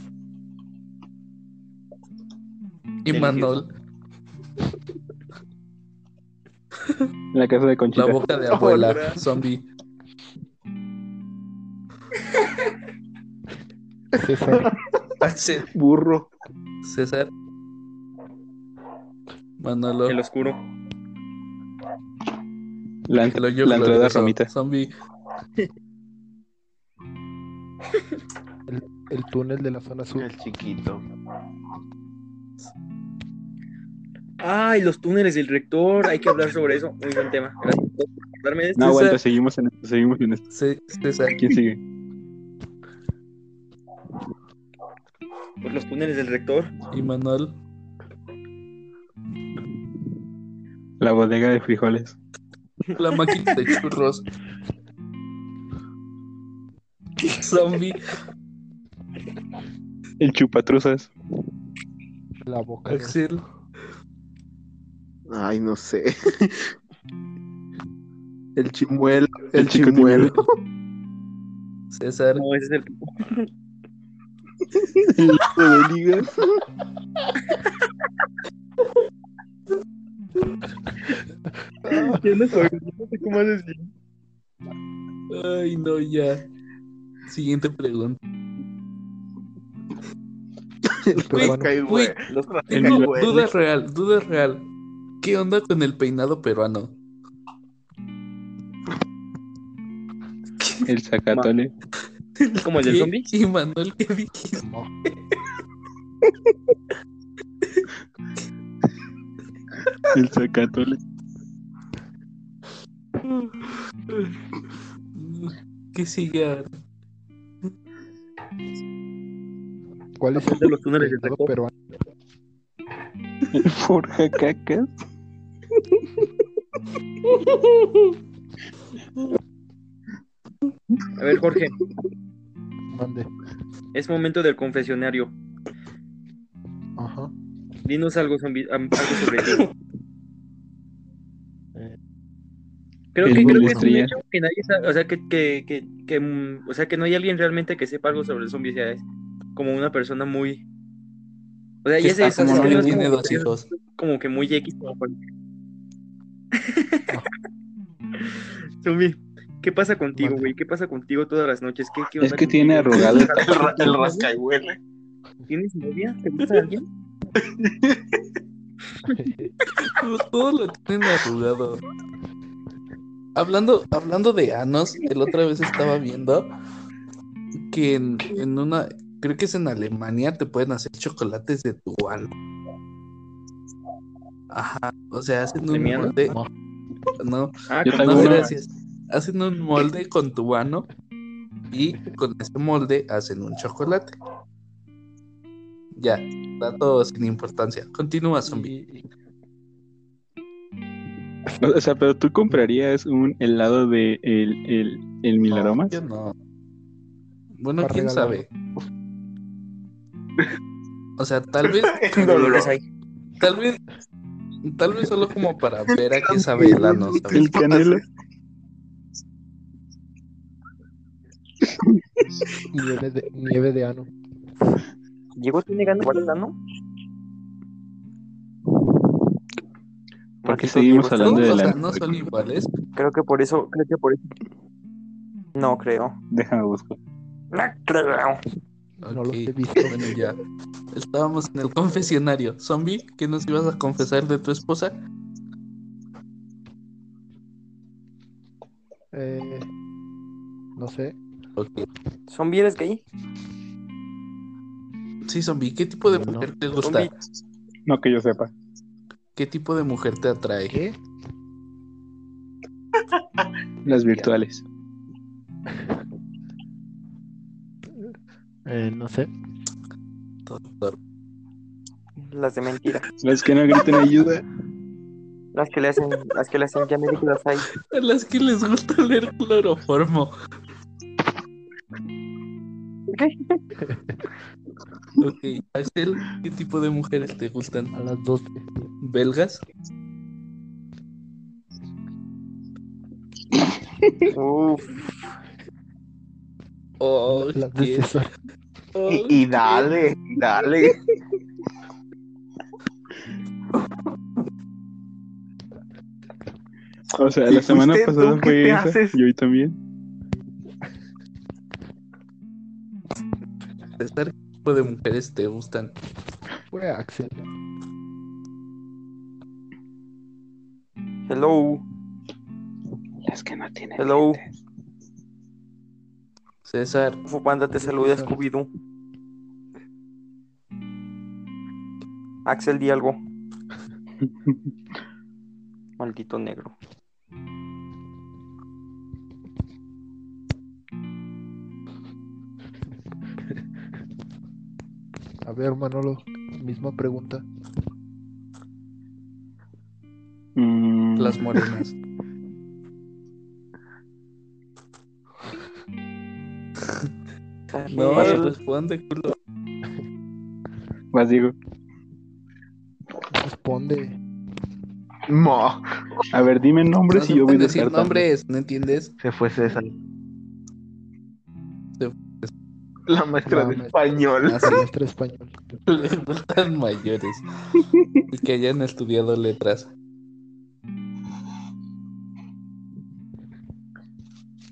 Speaker 1: Y
Speaker 5: Delicioso.
Speaker 1: Manol,
Speaker 4: En la casa
Speaker 1: <laughs>
Speaker 4: de
Speaker 1: la
Speaker 4: Conchita.
Speaker 1: boca de abuela,
Speaker 5: Hola.
Speaker 1: zombie.
Speaker 3: César.
Speaker 1: Axel,
Speaker 6: Burro.
Speaker 1: César. Manolo.
Speaker 2: El oscuro.
Speaker 4: La,
Speaker 1: el hoyo
Speaker 4: la entrada
Speaker 1: glorioso,
Speaker 4: Ramita.
Speaker 1: Zombie.
Speaker 3: El túnel de la zona sur.
Speaker 5: El chiquito.
Speaker 2: Ay, los túneles del rector. Hay que hablar sobre eso. Muy buen tema. Gracias por acordarme de esto.
Speaker 4: No,
Speaker 1: César.
Speaker 4: aguanta, seguimos en esto, seguimos en esto.
Speaker 1: C- César.
Speaker 4: ¿Quién sigue?
Speaker 2: Pues los túneles del rector.
Speaker 1: Y Manol.
Speaker 4: La bodega de frijoles.
Speaker 1: La máquina de churros. Zombie.
Speaker 4: El chupatruzas.
Speaker 3: La boca. de-
Speaker 1: Axel.
Speaker 6: Ay, no sé. <laughs> El chimuelo.
Speaker 4: El
Speaker 6: El,
Speaker 4: chico
Speaker 6: chimuelo.
Speaker 5: <laughs>
Speaker 6: <laughs>
Speaker 1: César.
Speaker 2: No, ese es el.
Speaker 4: De ligas.
Speaker 2: <laughs> Yo no soy. No sé cómo haces bien.
Speaker 1: Ay, no, ya. Siguiente pregunta.
Speaker 2: <laughs>
Speaker 3: El
Speaker 2: Pues,
Speaker 3: peruano.
Speaker 5: Ok,
Speaker 1: Uy,
Speaker 5: güey.
Speaker 2: Los
Speaker 1: Tengo
Speaker 5: güey.
Speaker 1: duda real, duda real. ¿Qué onda con el peinado peruano?
Speaker 4: El zacatole.
Speaker 2: como el del
Speaker 1: ¿Qué?
Speaker 2: zombie.
Speaker 1: Y Manuel, ¿qué dijiste?
Speaker 3: No.
Speaker 4: El zacatole.
Speaker 1: ¿Qué sigue?
Speaker 3: ¿Cuál es el
Speaker 2: De los túneles del rector.
Speaker 3: peinado peruano?
Speaker 4: El forja cacas.
Speaker 2: A ver, Jorge.
Speaker 3: Mande. <laughs>
Speaker 2: Es momento del confesionario.
Speaker 3: Ajá.
Speaker 2: Dinos algo, zombi- am- algo sobre ti. Creo
Speaker 4: El
Speaker 2: que, creo
Speaker 4: zombie
Speaker 2: que es un
Speaker 4: estrella.
Speaker 2: hecho que nadie sabe, o sea que, que, que, que, mm, o sea que no hay alguien realmente que sepa algo sobre el zombie, o sea, es como una persona muy o sea, ya sé,
Speaker 1: Está
Speaker 2: esas
Speaker 1: como
Speaker 2: escribas
Speaker 1: que tiene
Speaker 2: como,
Speaker 1: dos hijos.
Speaker 2: como que muy X como cual- Zombie, ¿Qué pasa contigo, güey? ¿Qué pasa contigo todas las noches? ¿Qué, qué
Speaker 4: Es
Speaker 2: onda
Speaker 4: que tiene
Speaker 2: contigo? <laughs>
Speaker 4: arrugado el
Speaker 5: El, ra- el rascahuele.
Speaker 2: ¿Tienes novia? ¿Te gusta alguien?
Speaker 1: Todo lo tienen arrugado. Hablando, hablando de anos, el otra vez estaba viendo que en, en una, creo que es en Alemania, te pueden hacer chocolates de tu ano. Ajá, o sea, hacen
Speaker 2: ¿De
Speaker 1: un
Speaker 2: mierda?
Speaker 1: molde. No,
Speaker 2: Ah,
Speaker 4: Yo
Speaker 2: con
Speaker 4: traigo
Speaker 1: no,
Speaker 4: una-
Speaker 2: madre.
Speaker 1: gracias. Hacen un molde con tu ano y con ese molde hacen un chocolate. Ya, dato sin importancia. Continúa, zombie.
Speaker 3: Y- y-
Speaker 4: O sea, pero tú comprarías un helado de el, el, el
Speaker 1: No,
Speaker 4: milaromas.
Speaker 1: yo no. Bueno,
Speaker 3: Para
Speaker 1: quién
Speaker 3: regalarlo.
Speaker 1: sabe. O sea, tal vez,
Speaker 5: El dolor.
Speaker 1: tal vez, tal vez solo como para ver a qué sabe el ano. ¿sabes?
Speaker 4: El canelo.
Speaker 3: nieve, de, nieve de ano.
Speaker 2: ¿Llegó tiene ganas de guardar, no?
Speaker 4: Porque
Speaker 2: Maldito
Speaker 4: seguimos
Speaker 2: Diego,
Speaker 1: No,
Speaker 4: hablando de
Speaker 1: o sea,
Speaker 4: la.
Speaker 1: no son iguales.
Speaker 2: Creo que por eso, creo que por eso. No creo.
Speaker 4: Déjame buscar.
Speaker 2: No creo.
Speaker 3: No los he
Speaker 1: Ok,
Speaker 3: visto.
Speaker 1: Bueno, ya. Estábamos en el confesionario. Zombie, ¿qué nos ibas a confesar de tu esposa?
Speaker 3: Eh, no sé.
Speaker 1: Ok.
Speaker 2: ¿Son bienes gay?
Speaker 1: Sí, Zombie, ¿qué tipo de
Speaker 3: No.
Speaker 1: mujer te gusta?
Speaker 2: Zombie.
Speaker 4: No que yo sepa.
Speaker 1: ¿Qué tipo de mujer te atrae?
Speaker 3: ¿Qué?
Speaker 4: Las virtuales.
Speaker 3: Eh, no sé.
Speaker 1: Doctor.
Speaker 2: Las de mentira.
Speaker 4: Las que no griten ayuda.
Speaker 2: Las que le hacen, las que le hacen, ya me di que las hay.
Speaker 1: A las que les gusta leer cloroformo. Ok, Axel, ¿qué tipo de mujeres te gustan?
Speaker 3: A las 12.
Speaker 1: ¿Belgas?
Speaker 2: Uf.
Speaker 1: Oh,
Speaker 3: Las de
Speaker 1: qué-
Speaker 3: César.
Speaker 1: oh,
Speaker 5: Y, y dale, dale.
Speaker 4: O sea,
Speaker 5: ¿Y
Speaker 4: la semana
Speaker 5: fuiste
Speaker 4: pasada
Speaker 5: tú? ¿Qué
Speaker 4: fue
Speaker 5: te
Speaker 4: esa.
Speaker 5: haces?
Speaker 4: Y hoy también.
Speaker 1: César, ¿qué tipo de mujeres te gustan?
Speaker 3: Fue Axel.
Speaker 2: Hello.
Speaker 4: Las que no
Speaker 5: <laughs>
Speaker 4: tienen.
Speaker 2: Hello.
Speaker 1: César,
Speaker 2: Fupanda te saluda, Scooby-Doo. Axel, di algo.
Speaker 3: <laughs>
Speaker 2: Maldito negro.
Speaker 3: A ver, Manolo. Misma pregunta.
Speaker 4: Mm,
Speaker 1: las
Speaker 5: <laughs>
Speaker 1: morenas. No,
Speaker 2: Ariel,
Speaker 1: responde, culo.
Speaker 4: Vas, digo.
Speaker 3: Responde.
Speaker 5: Mo.
Speaker 4: A ver, dime
Speaker 1: No
Speaker 4: nombres
Speaker 1: se
Speaker 4: y yo voy
Speaker 1: pueden
Speaker 4: a
Speaker 1: decir nombres, ¿no entiendes?
Speaker 5: Se fue César.
Speaker 1: Se
Speaker 5: La maestra
Speaker 3: La
Speaker 5: de
Speaker 3: maestra.
Speaker 5: español. <laughs>
Speaker 1: Así <laughs>
Speaker 3: Maestra español.
Speaker 1: les gustan mayores y que hayan estudiado letras.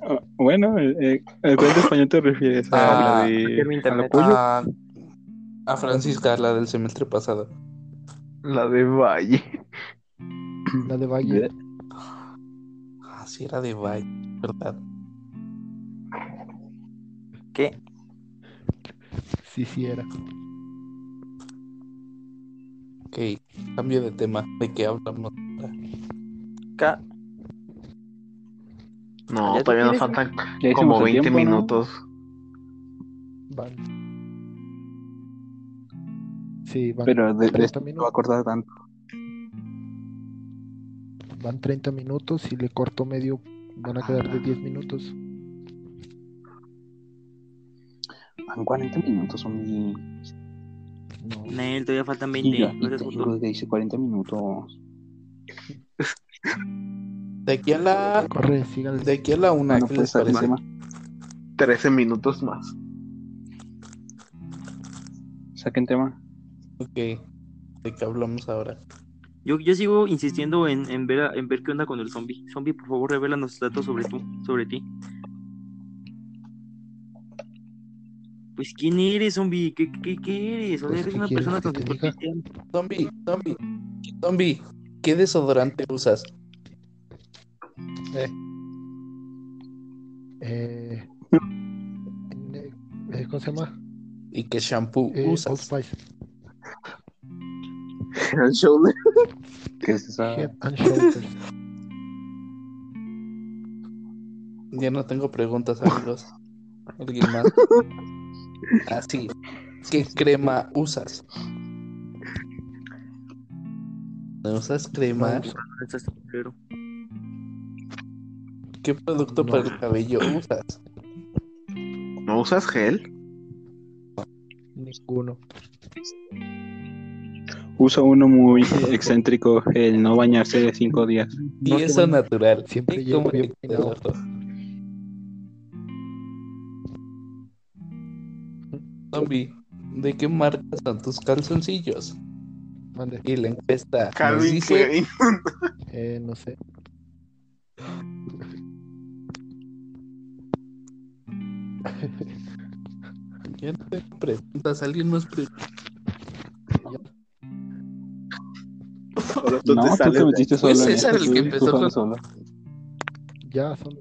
Speaker 4: Ah, Bueno, eh, ¿a cuál de español te refieres? ¿A
Speaker 1: Ah,
Speaker 4: la de.
Speaker 2: mi
Speaker 4: ¿Al
Speaker 2: internet.
Speaker 4: apoyo?
Speaker 1: A, Ah, a Francisca, la del semestre pasado.
Speaker 5: La de Valle.
Speaker 3: La de
Speaker 2: ¿Eh?
Speaker 3: Valle.
Speaker 1: Así Ah, era de Valle, ¿verdad?
Speaker 2: ¿Qué?
Speaker 3: Sí, sí era.
Speaker 1: Ok, cambio de tema. ¿De qué hablamos?
Speaker 2: Ca-
Speaker 5: No,
Speaker 2: ¿Ya te
Speaker 5: todavía
Speaker 2: quieres?
Speaker 5: nos faltan
Speaker 4: Ya hicimos
Speaker 5: como
Speaker 4: el
Speaker 5: 20
Speaker 4: tiempo, ¿no?
Speaker 5: minutos.
Speaker 3: Van. Sí, van,
Speaker 4: Pero de, de esto no
Speaker 3: 30
Speaker 4: va a
Speaker 3: minutos,
Speaker 4: acordar tanto.
Speaker 3: van 30 minutos. Si le corto medio, van a quedar de 10 minutos.
Speaker 4: Van 40 minutos, son mi.
Speaker 3: No,
Speaker 2: Nel, todavía faltan
Speaker 4: Y
Speaker 2: 20.
Speaker 4: yo
Speaker 2: Tú eres
Speaker 4: aquí
Speaker 2: puto.
Speaker 4: tengo que hice 40 minutos.
Speaker 1: De aquí a la,
Speaker 3: corre, síganle.
Speaker 1: de aquí a la una,
Speaker 4: No
Speaker 1: ¿qué
Speaker 4: puede
Speaker 1: les
Speaker 4: estar el
Speaker 1: parece?
Speaker 4: pues, tema.
Speaker 5: 13 minutos más.
Speaker 4: Saquen tema.
Speaker 1: Ok, ¿de qué hablamos ahora?
Speaker 2: Yo, yo sigo insistiendo en, en ver, a- en ver qué onda con el zombie. Zombie, por favor, revelanos datos sobre, tú, sobre ti. Pues, ¿quién eres, zombie? ¿Qué, qué, qué eres? O sea,
Speaker 3: Pues,
Speaker 2: eres
Speaker 3: ¿qué
Speaker 2: una
Speaker 3: quieres
Speaker 2: persona
Speaker 3: que te diga?
Speaker 2: tan
Speaker 1: Zombie, zombie, zombie, ¿qué desodorante usas?
Speaker 3: Eh, eh, eh, ¿Cómo se llama?
Speaker 1: ¿Y qué shampoo
Speaker 3: Eh, Old
Speaker 1: usas?
Speaker 3: Spice.
Speaker 6: Head and Shoulders.
Speaker 4: ¿Qué es esa?
Speaker 3: Head and Shoulders.
Speaker 1: Ya no tengo preguntas, amigos.
Speaker 3: <laughs>
Speaker 1: ¿Alguien más? Así. ¿Qué crema usas? ¿No usas crema?
Speaker 2: Estás culero.
Speaker 1: ¿Qué producto
Speaker 3: No.
Speaker 1: para el cabello usas?
Speaker 6: ¿No usas gel?
Speaker 3: Ninguno.
Speaker 4: Usa uno muy excéntrico, el no bañarse cinco días.
Speaker 1: Y
Speaker 3: No te
Speaker 1: eso
Speaker 3: bañas.
Speaker 1: natural.
Speaker 3: Siempre
Speaker 1: ¿Y
Speaker 3: llego
Speaker 1: cómo te
Speaker 3: bien
Speaker 1: queda el
Speaker 3: peinado.
Speaker 1: ojo? Zombie, ¿de qué marca son tus calzoncillos?
Speaker 3: Mande.
Speaker 1: Y la encuesta nos
Speaker 5: Calvin
Speaker 1: dice
Speaker 5: Klein. <laughs>
Speaker 3: Eh, no sé.
Speaker 1: Ya no tengo preguntas, alguien más pregunta.
Speaker 5: Ahora tú
Speaker 4: No,
Speaker 5: te
Speaker 4: tú
Speaker 5: sales
Speaker 4: te
Speaker 5: de-
Speaker 4: metiste
Speaker 1: Fue
Speaker 4: solo. en
Speaker 1: César
Speaker 4: esto,
Speaker 1: el que
Speaker 4: tú- tú
Speaker 1: empezó
Speaker 4: solo,
Speaker 1: con-
Speaker 4: solo.
Speaker 3: Ya son.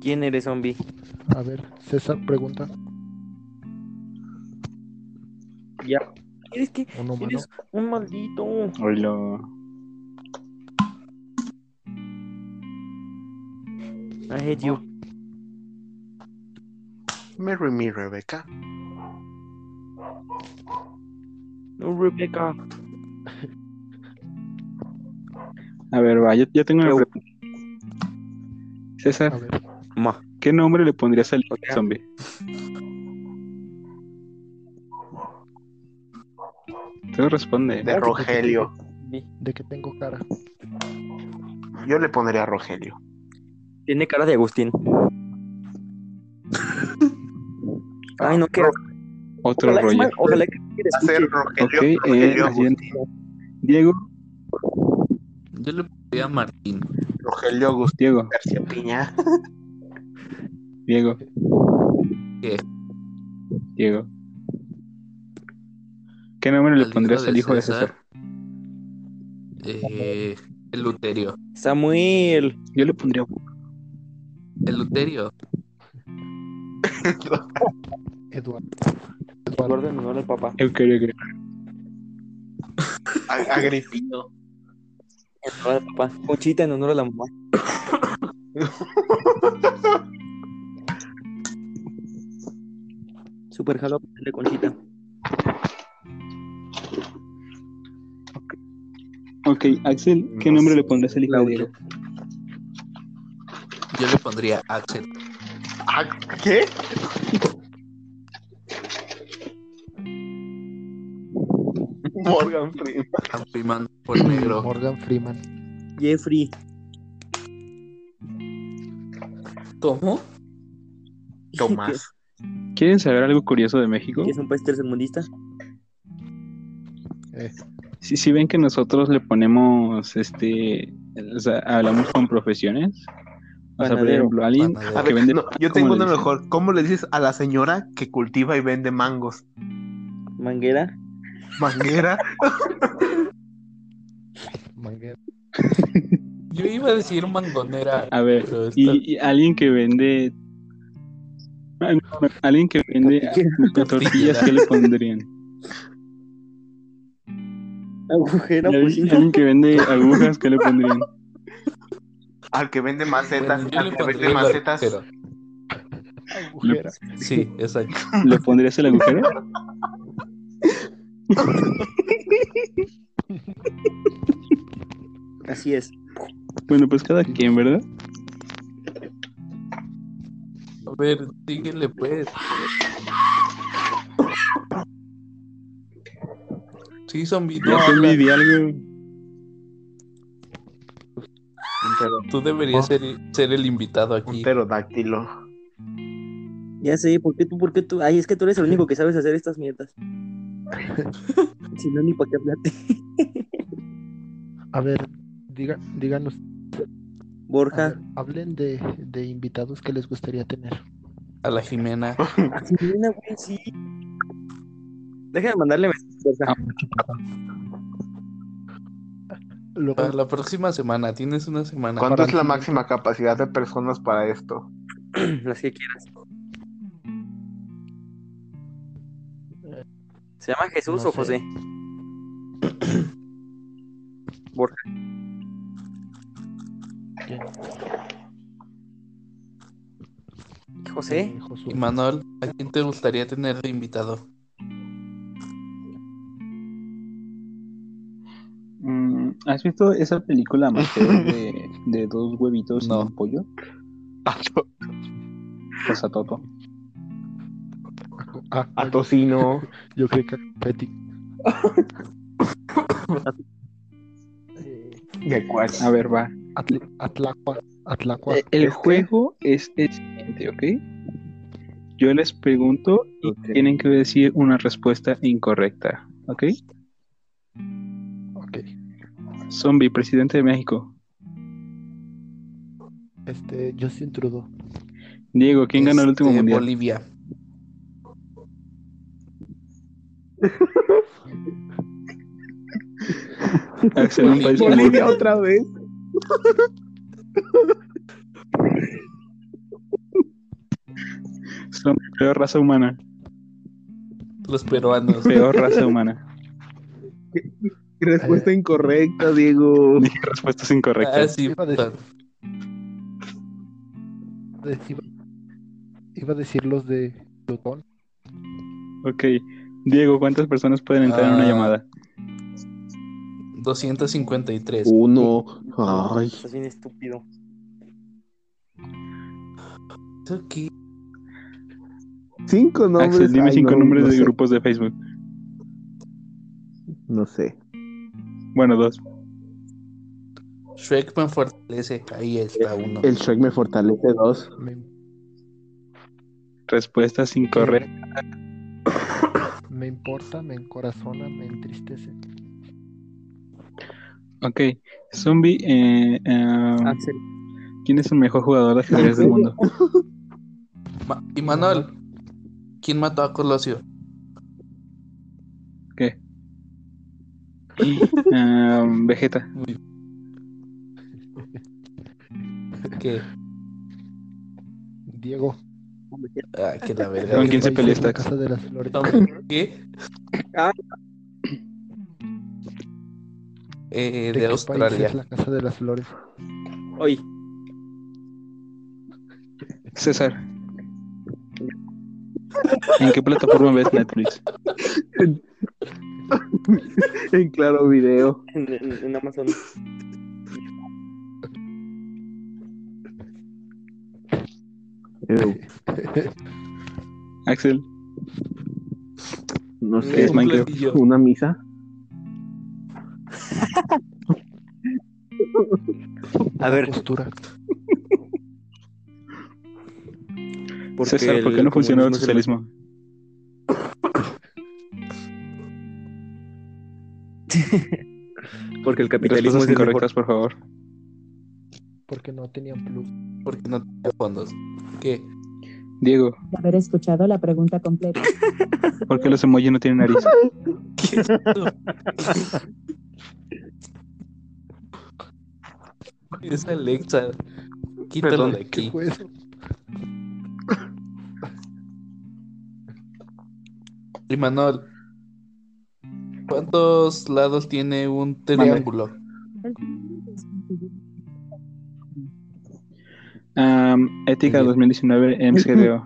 Speaker 2: ¿Quién eres, zombie?
Speaker 3: A ver, César pregunta.
Speaker 2: ¿Eres que
Speaker 3: Uno humano.
Speaker 2: eres un maldito?
Speaker 4: Oilo.
Speaker 2: I hate you.
Speaker 5: Marry me, Rebecca.
Speaker 2: No, Rebecca.
Speaker 4: A ver, va, yo, yo tengo una
Speaker 2: Yo.
Speaker 4: pregunta.
Speaker 3: A
Speaker 4: César,
Speaker 3: ver.
Speaker 2: Ma.
Speaker 4: ¿qué nombre le pondrías al zombie? Tú responde.
Speaker 5: De Rogelio.
Speaker 3: ¿De qué tengo cara?
Speaker 5: Yo le pondría a Rogelio.
Speaker 2: Tiene cara de <laughs> Agustín. Ay, no, qué asco.
Speaker 4: Otro
Speaker 2: Ojalá-
Speaker 4: rollo.
Speaker 2: Ojalá que
Speaker 5: Va a ser
Speaker 2: escuche.
Speaker 5: Rogelio.
Speaker 4: Ok, eh,
Speaker 5: Rogelio,
Speaker 4: bien.
Speaker 5: Agustín,
Speaker 4: Diego,
Speaker 1: Yo le pondría a Martín.
Speaker 5: Rogelio Agustín
Speaker 4: Diego,
Speaker 5: García Piña. <laughs>
Speaker 4: Diego.
Speaker 1: ¿Qué?
Speaker 4: Diego. ¿Qué nombre le
Speaker 1: Al
Speaker 4: pondrías al hijo de César?
Speaker 1: Eh, el Luterio.
Speaker 2: Samuel.
Speaker 4: Yo le pondría
Speaker 1: El Luterio.
Speaker 3: Eduardo.
Speaker 2: Eduardo en honor al papá.
Speaker 4: Eucarioque.
Speaker 5: Ag- Agripino.
Speaker 2: En honor al papá. Conchita en honor a la mamá. Super jalo de Conchita.
Speaker 4: Ok, Axel, ¿qué
Speaker 5: No
Speaker 4: nombre
Speaker 5: sé,
Speaker 4: le pondrías al hijo de
Speaker 2: Claudio.
Speaker 4: Diego?
Speaker 1: Yo le pondría Axel.
Speaker 5: Ag- Ah, ¿Qué? Morgan Freeman.
Speaker 1: Freeman
Speaker 4: Mm,
Speaker 1: por negro.
Speaker 3: Morgan Freeman.
Speaker 2: Jeffrey.
Speaker 1: ¿Cómo?
Speaker 5: Tomás.
Speaker 4: ¿Quieren saber algo curioso de México?
Speaker 2: Que es un país tercermundista.
Speaker 4: Si, si ven que nosotros le ponemos, este, o sea, hablamos con profesiones. O sea, por
Speaker 2: Panadero.
Speaker 4: ejemplo, alguien
Speaker 1: Panadero.
Speaker 5: A
Speaker 4: que
Speaker 5: ver,
Speaker 4: vende...
Speaker 5: no, yo
Speaker 4: ¿cómo
Speaker 5: tengo
Speaker 4: le
Speaker 5: una
Speaker 4: dicen?
Speaker 5: mejor. ¿Cómo le dices a la señora que cultiva y vende mangos?
Speaker 2: Manguera.
Speaker 5: Manguera.
Speaker 3: Manguera.
Speaker 1: Yo iba a decir mangonera.
Speaker 4: A ver,
Speaker 1: pero está-
Speaker 4: y, y alguien que vende... Ah, no, no, Alguien que vende ah, <laughs> tortillas, ¿qué le pondrían?
Speaker 2: Agujera.
Speaker 4: Alguien
Speaker 2: bocina.
Speaker 4: alguien que vende agujas, ¿qué le pondrían?
Speaker 5: Al que vende macetas.
Speaker 1: Bueno, yo
Speaker 5: al
Speaker 1: le
Speaker 5: que
Speaker 1: pondría
Speaker 5: vende
Speaker 1: el
Speaker 5: macetas.
Speaker 1: agujero.
Speaker 3: Agujera.
Speaker 1: Sí, exacto.
Speaker 4: ¿Le pondrías el agujero?
Speaker 2: Así es.
Speaker 4: Bueno, pues cada quien, ¿verdad?
Speaker 1: A ver, síguele pues. Sí, zombie, no
Speaker 4: Ya te
Speaker 1: habla.
Speaker 4: envidié algo.
Speaker 1: Tú deberías ser, ser el invitado
Speaker 5: Un
Speaker 1: aquí.
Speaker 5: pterodáctilo.
Speaker 2: <laughs> Ya sé, ¿por qué tú? ¿Por qué tú? Ay, es que tú eres el único que sabes hacer estas mierdas. Si no, ni para qué hablarte.
Speaker 3: A ver, diga, díganos. a
Speaker 2: Borja.
Speaker 3: ver, hablen de, de invitados que les gustaría tener.
Speaker 1: A la Jimena.
Speaker 2: Ah, Jimena, güey, sí. Deja de mandarle mensajes, Borja.
Speaker 3: Lo-
Speaker 1: Para la próxima semana, tienes una semana.
Speaker 5: ¿Cuánto
Speaker 1: Para-
Speaker 5: es la máxima capacidad de personas para esto?
Speaker 2: Las que quieras. ¿Se llama Jesús
Speaker 3: No
Speaker 2: o
Speaker 3: sé.
Speaker 2: José? Borja.
Speaker 3: ¿Quién?
Speaker 2: ¿José?
Speaker 3: eh, Josué.
Speaker 1: Y Manuel, ¿a quién te gustaría tener de invitado?
Speaker 4: Mm, ¿Has visto esa película Mateo de, de dos huevitos
Speaker 1: No.
Speaker 4: y un pollo? Pues a Toto.
Speaker 3: Ah,
Speaker 5: A
Speaker 3: yo,
Speaker 5: tocino.
Speaker 3: yo creí que Peti. Eh,
Speaker 5: ¿De cuál?
Speaker 4: A ver, va.
Speaker 3: Atl- Atlacua. Atlacua.
Speaker 4: Eh, El
Speaker 5: ¿Es qué?
Speaker 4: juego es el siguiente, ¿ok? Yo les pregunto y tienen que decir una respuesta incorrecta, ¿ok?
Speaker 3: Ok.
Speaker 4: Zombie, presidente de México.
Speaker 3: Este, Justin Trudeau.
Speaker 4: Diego, ¿quién ganó el último
Speaker 1: Este,
Speaker 4: mundial?
Speaker 1: Bolivia.
Speaker 4: Axel, un país como-
Speaker 1: Bolivia
Speaker 5: otra vez.
Speaker 4: Zombie, peor raza humana.
Speaker 1: Los peruanos.
Speaker 4: Peor raza humana.
Speaker 6: Respuesta incorrecta, Diego.
Speaker 4: Dije respuestas
Speaker 1: Ah,
Speaker 4: incorrectas.
Speaker 1: sí,
Speaker 3: Iba a decir-
Speaker 1: perdón.
Speaker 3: De- iba, iba a decir los de Plutón.
Speaker 4: Ok. Diego, ¿cuántas personas pueden entrar en una
Speaker 1: Ah.
Speaker 4: llamada?
Speaker 1: 253.
Speaker 6: Uno. Ay.
Speaker 2: Estás bien estúpido.
Speaker 1: ¿Eso qué?
Speaker 6: Cinco nombres.
Speaker 4: Axel, dime
Speaker 6: Ay,
Speaker 4: cinco
Speaker 6: no,
Speaker 4: nombres
Speaker 6: no
Speaker 4: de
Speaker 6: sé,
Speaker 4: grupos de Facebook.
Speaker 6: No sé.
Speaker 4: Bueno, dos.
Speaker 1: Shrek me fortalece. Ahí está uno.
Speaker 6: El Shrek me fortalece dos. <laughs>
Speaker 3: Me,
Speaker 4: Respuestas incorrectas.
Speaker 3: me importa, me encorazona, me entristece.
Speaker 4: Ok. Zombie, eh, eh,
Speaker 2: Axel.
Speaker 4: ¿quién es el mejor jugador de ajedrez del mundo?
Speaker 1: Ma- y Manuel, ¿quién mató a Colosio?
Speaker 4: ¿Qué? Eh, Vegeta.
Speaker 1: Que,
Speaker 3: Diego.
Speaker 1: ah, que la verga.
Speaker 4: ¿Con quién se
Speaker 3: País
Speaker 4: pelea
Speaker 3: es la
Speaker 4: esta?
Speaker 3: Casa de las Flores. <coughs>
Speaker 1: Tom- ¿Qué?
Speaker 2: Ah.
Speaker 1: Eh, de
Speaker 3: ¿De qué país es
Speaker 1: Australia.
Speaker 3: la Casa de las Flores?
Speaker 2: Oye,
Speaker 4: César. ¿En qué plataforma ves Netflix?
Speaker 6: En claro video.
Speaker 2: en, en- en Amazon.
Speaker 6: Ew,
Speaker 4: Axel,
Speaker 6: No
Speaker 1: Eh,
Speaker 6: sé.
Speaker 4: Es
Speaker 1: un
Speaker 4: Minecraft.
Speaker 1: platillo.
Speaker 6: Una misa.
Speaker 2: A ver,
Speaker 3: Postura.
Speaker 4: César, ¿por qué no funcionó el socialismo?
Speaker 2: Porque el capitalismo
Speaker 4: Respuestas
Speaker 2: es el mejor.
Speaker 4: incorrectas, por favor.
Speaker 3: Porque no tenían plus.
Speaker 1: Porque no tenía fondos. ¿Qué?
Speaker 4: Diego,
Speaker 7: de haber escuchado la pregunta completa.
Speaker 4: ¿por qué los emojis no tienen nariz?
Speaker 1: ¿Qué es esto? es Alexa. Quítalo
Speaker 5: Perdón,
Speaker 1: de
Speaker 3: ¿Qué
Speaker 1: aquí.
Speaker 3: fue eso?
Speaker 1: Y Manuel, ¿cuántos lados tiene un triángulo?
Speaker 4: Am, ética
Speaker 1: Bien.
Speaker 4: 2019 MCDO.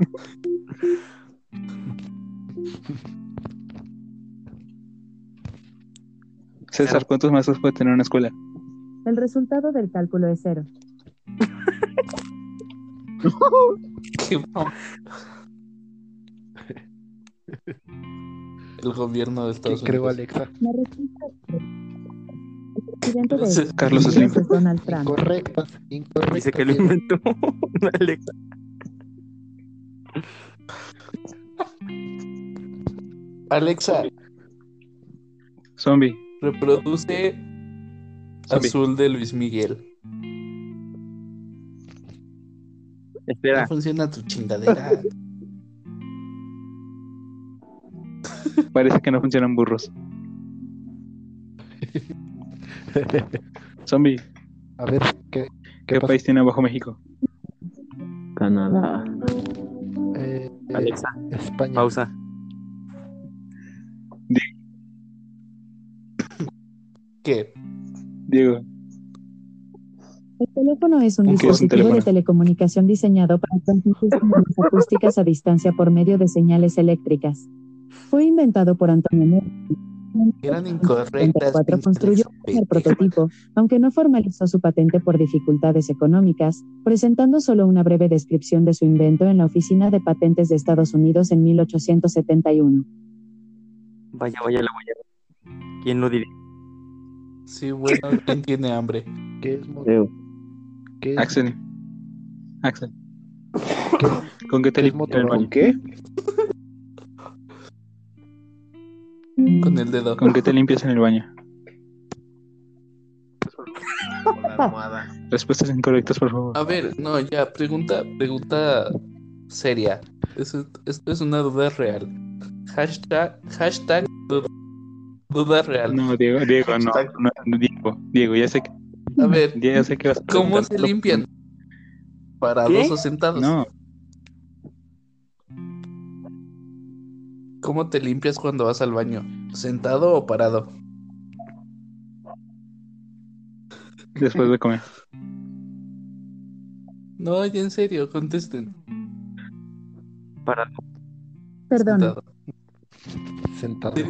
Speaker 4: César, ¿cuántos maestros puede tener una escuela?
Speaker 7: El resultado del cálculo es cero.
Speaker 4: <laughs>
Speaker 1: ¿Qué mam- El gobierno de
Speaker 3: ¿Quién
Speaker 1: Estados
Speaker 3: creó
Speaker 1: Unidos.
Speaker 3: Alexa?
Speaker 7: La respuesta es cero. El presidente de Estados
Speaker 4: Carlos Slim.
Speaker 7: Unidos es Donald Trump.
Speaker 3: Incorrectas, incorrectas.
Speaker 2: Dice que lo
Speaker 3: Diego.
Speaker 2: inventó <laughs> Alexa.
Speaker 1: Alexa,
Speaker 4: Zombie.
Speaker 1: Reproduce
Speaker 4: Zombie.
Speaker 1: Azul de Luis Miguel. No
Speaker 2: Espera,
Speaker 1: funciona tu chingadera.
Speaker 4: Parece que no funcionan burros. Zombie, ¿qué,
Speaker 3: A ver, ¿qué, qué pasa?
Speaker 4: país tiene abajo México?
Speaker 6: Canadá.
Speaker 3: Eh, eh,
Speaker 2: Alexa,
Speaker 3: España.
Speaker 2: pausa.
Speaker 1: ¿Qué?
Speaker 4: Diego,
Speaker 7: El teléfono es un
Speaker 4: ¿Un qué es un
Speaker 7: dispositivo de
Speaker 4: teléfono?
Speaker 7: telecomunicación diseñado para transmitir señales acústicas a distancia por medio de señales eléctricas. Fue inventado por Antonio Meucci.
Speaker 1: Eran incorrectas.
Speaker 7: 1934
Speaker 1: pinches
Speaker 7: construyó un primer
Speaker 1: pendejos.
Speaker 7: prototipo, aunque no formalizó su patente por dificultades económicas, presentando solo una breve descripción de su invento en la Oficina de Patentes de Estados Unidos en 1871.
Speaker 2: Vaya, vaya, la voy a ¿Quién lo diría?
Speaker 1: Sí, bueno, ¿quién tiene hambre?
Speaker 3: ¿Qué es, mo-
Speaker 6: Creo.
Speaker 3: qué es-
Speaker 4: Axel. Axel.
Speaker 3: ¿Qué?
Speaker 4: ¿Con qué te
Speaker 3: ¿Qué es
Speaker 4: limpias el
Speaker 3: Motorola?
Speaker 4: baño?
Speaker 6: ¿Qué?
Speaker 7: Mm,
Speaker 1: Con el dedo.
Speaker 4: ¿Con qué te limpias en el baño?
Speaker 5: Con la almohada.
Speaker 6: <laughs>
Speaker 4: Respuestas incorrectas, por favor.
Speaker 1: A ver, no, ya, pregunta, pregunta seria. Eso- esto es una duda real. Hashtag, hashtag duda, duda real.
Speaker 4: No, Diego, Diego, no, no, Diego, Diego, ya sé que,
Speaker 1: A ver,
Speaker 4: ya sé que vas a
Speaker 1: ¿cómo
Speaker 4: preguntar
Speaker 1: se
Speaker 4: lo-
Speaker 1: limpian? Parados o sentados.
Speaker 4: No,
Speaker 1: ¿Cómo te limpias cuando vas al baño? ¿Sentado o parado?
Speaker 4: después de comer. <clears throat>
Speaker 1: No, ya en serio, contesten.
Speaker 2: Para
Speaker 7: Perdón,
Speaker 1: Sentado.
Speaker 3: Sentado.
Speaker 1: Sí.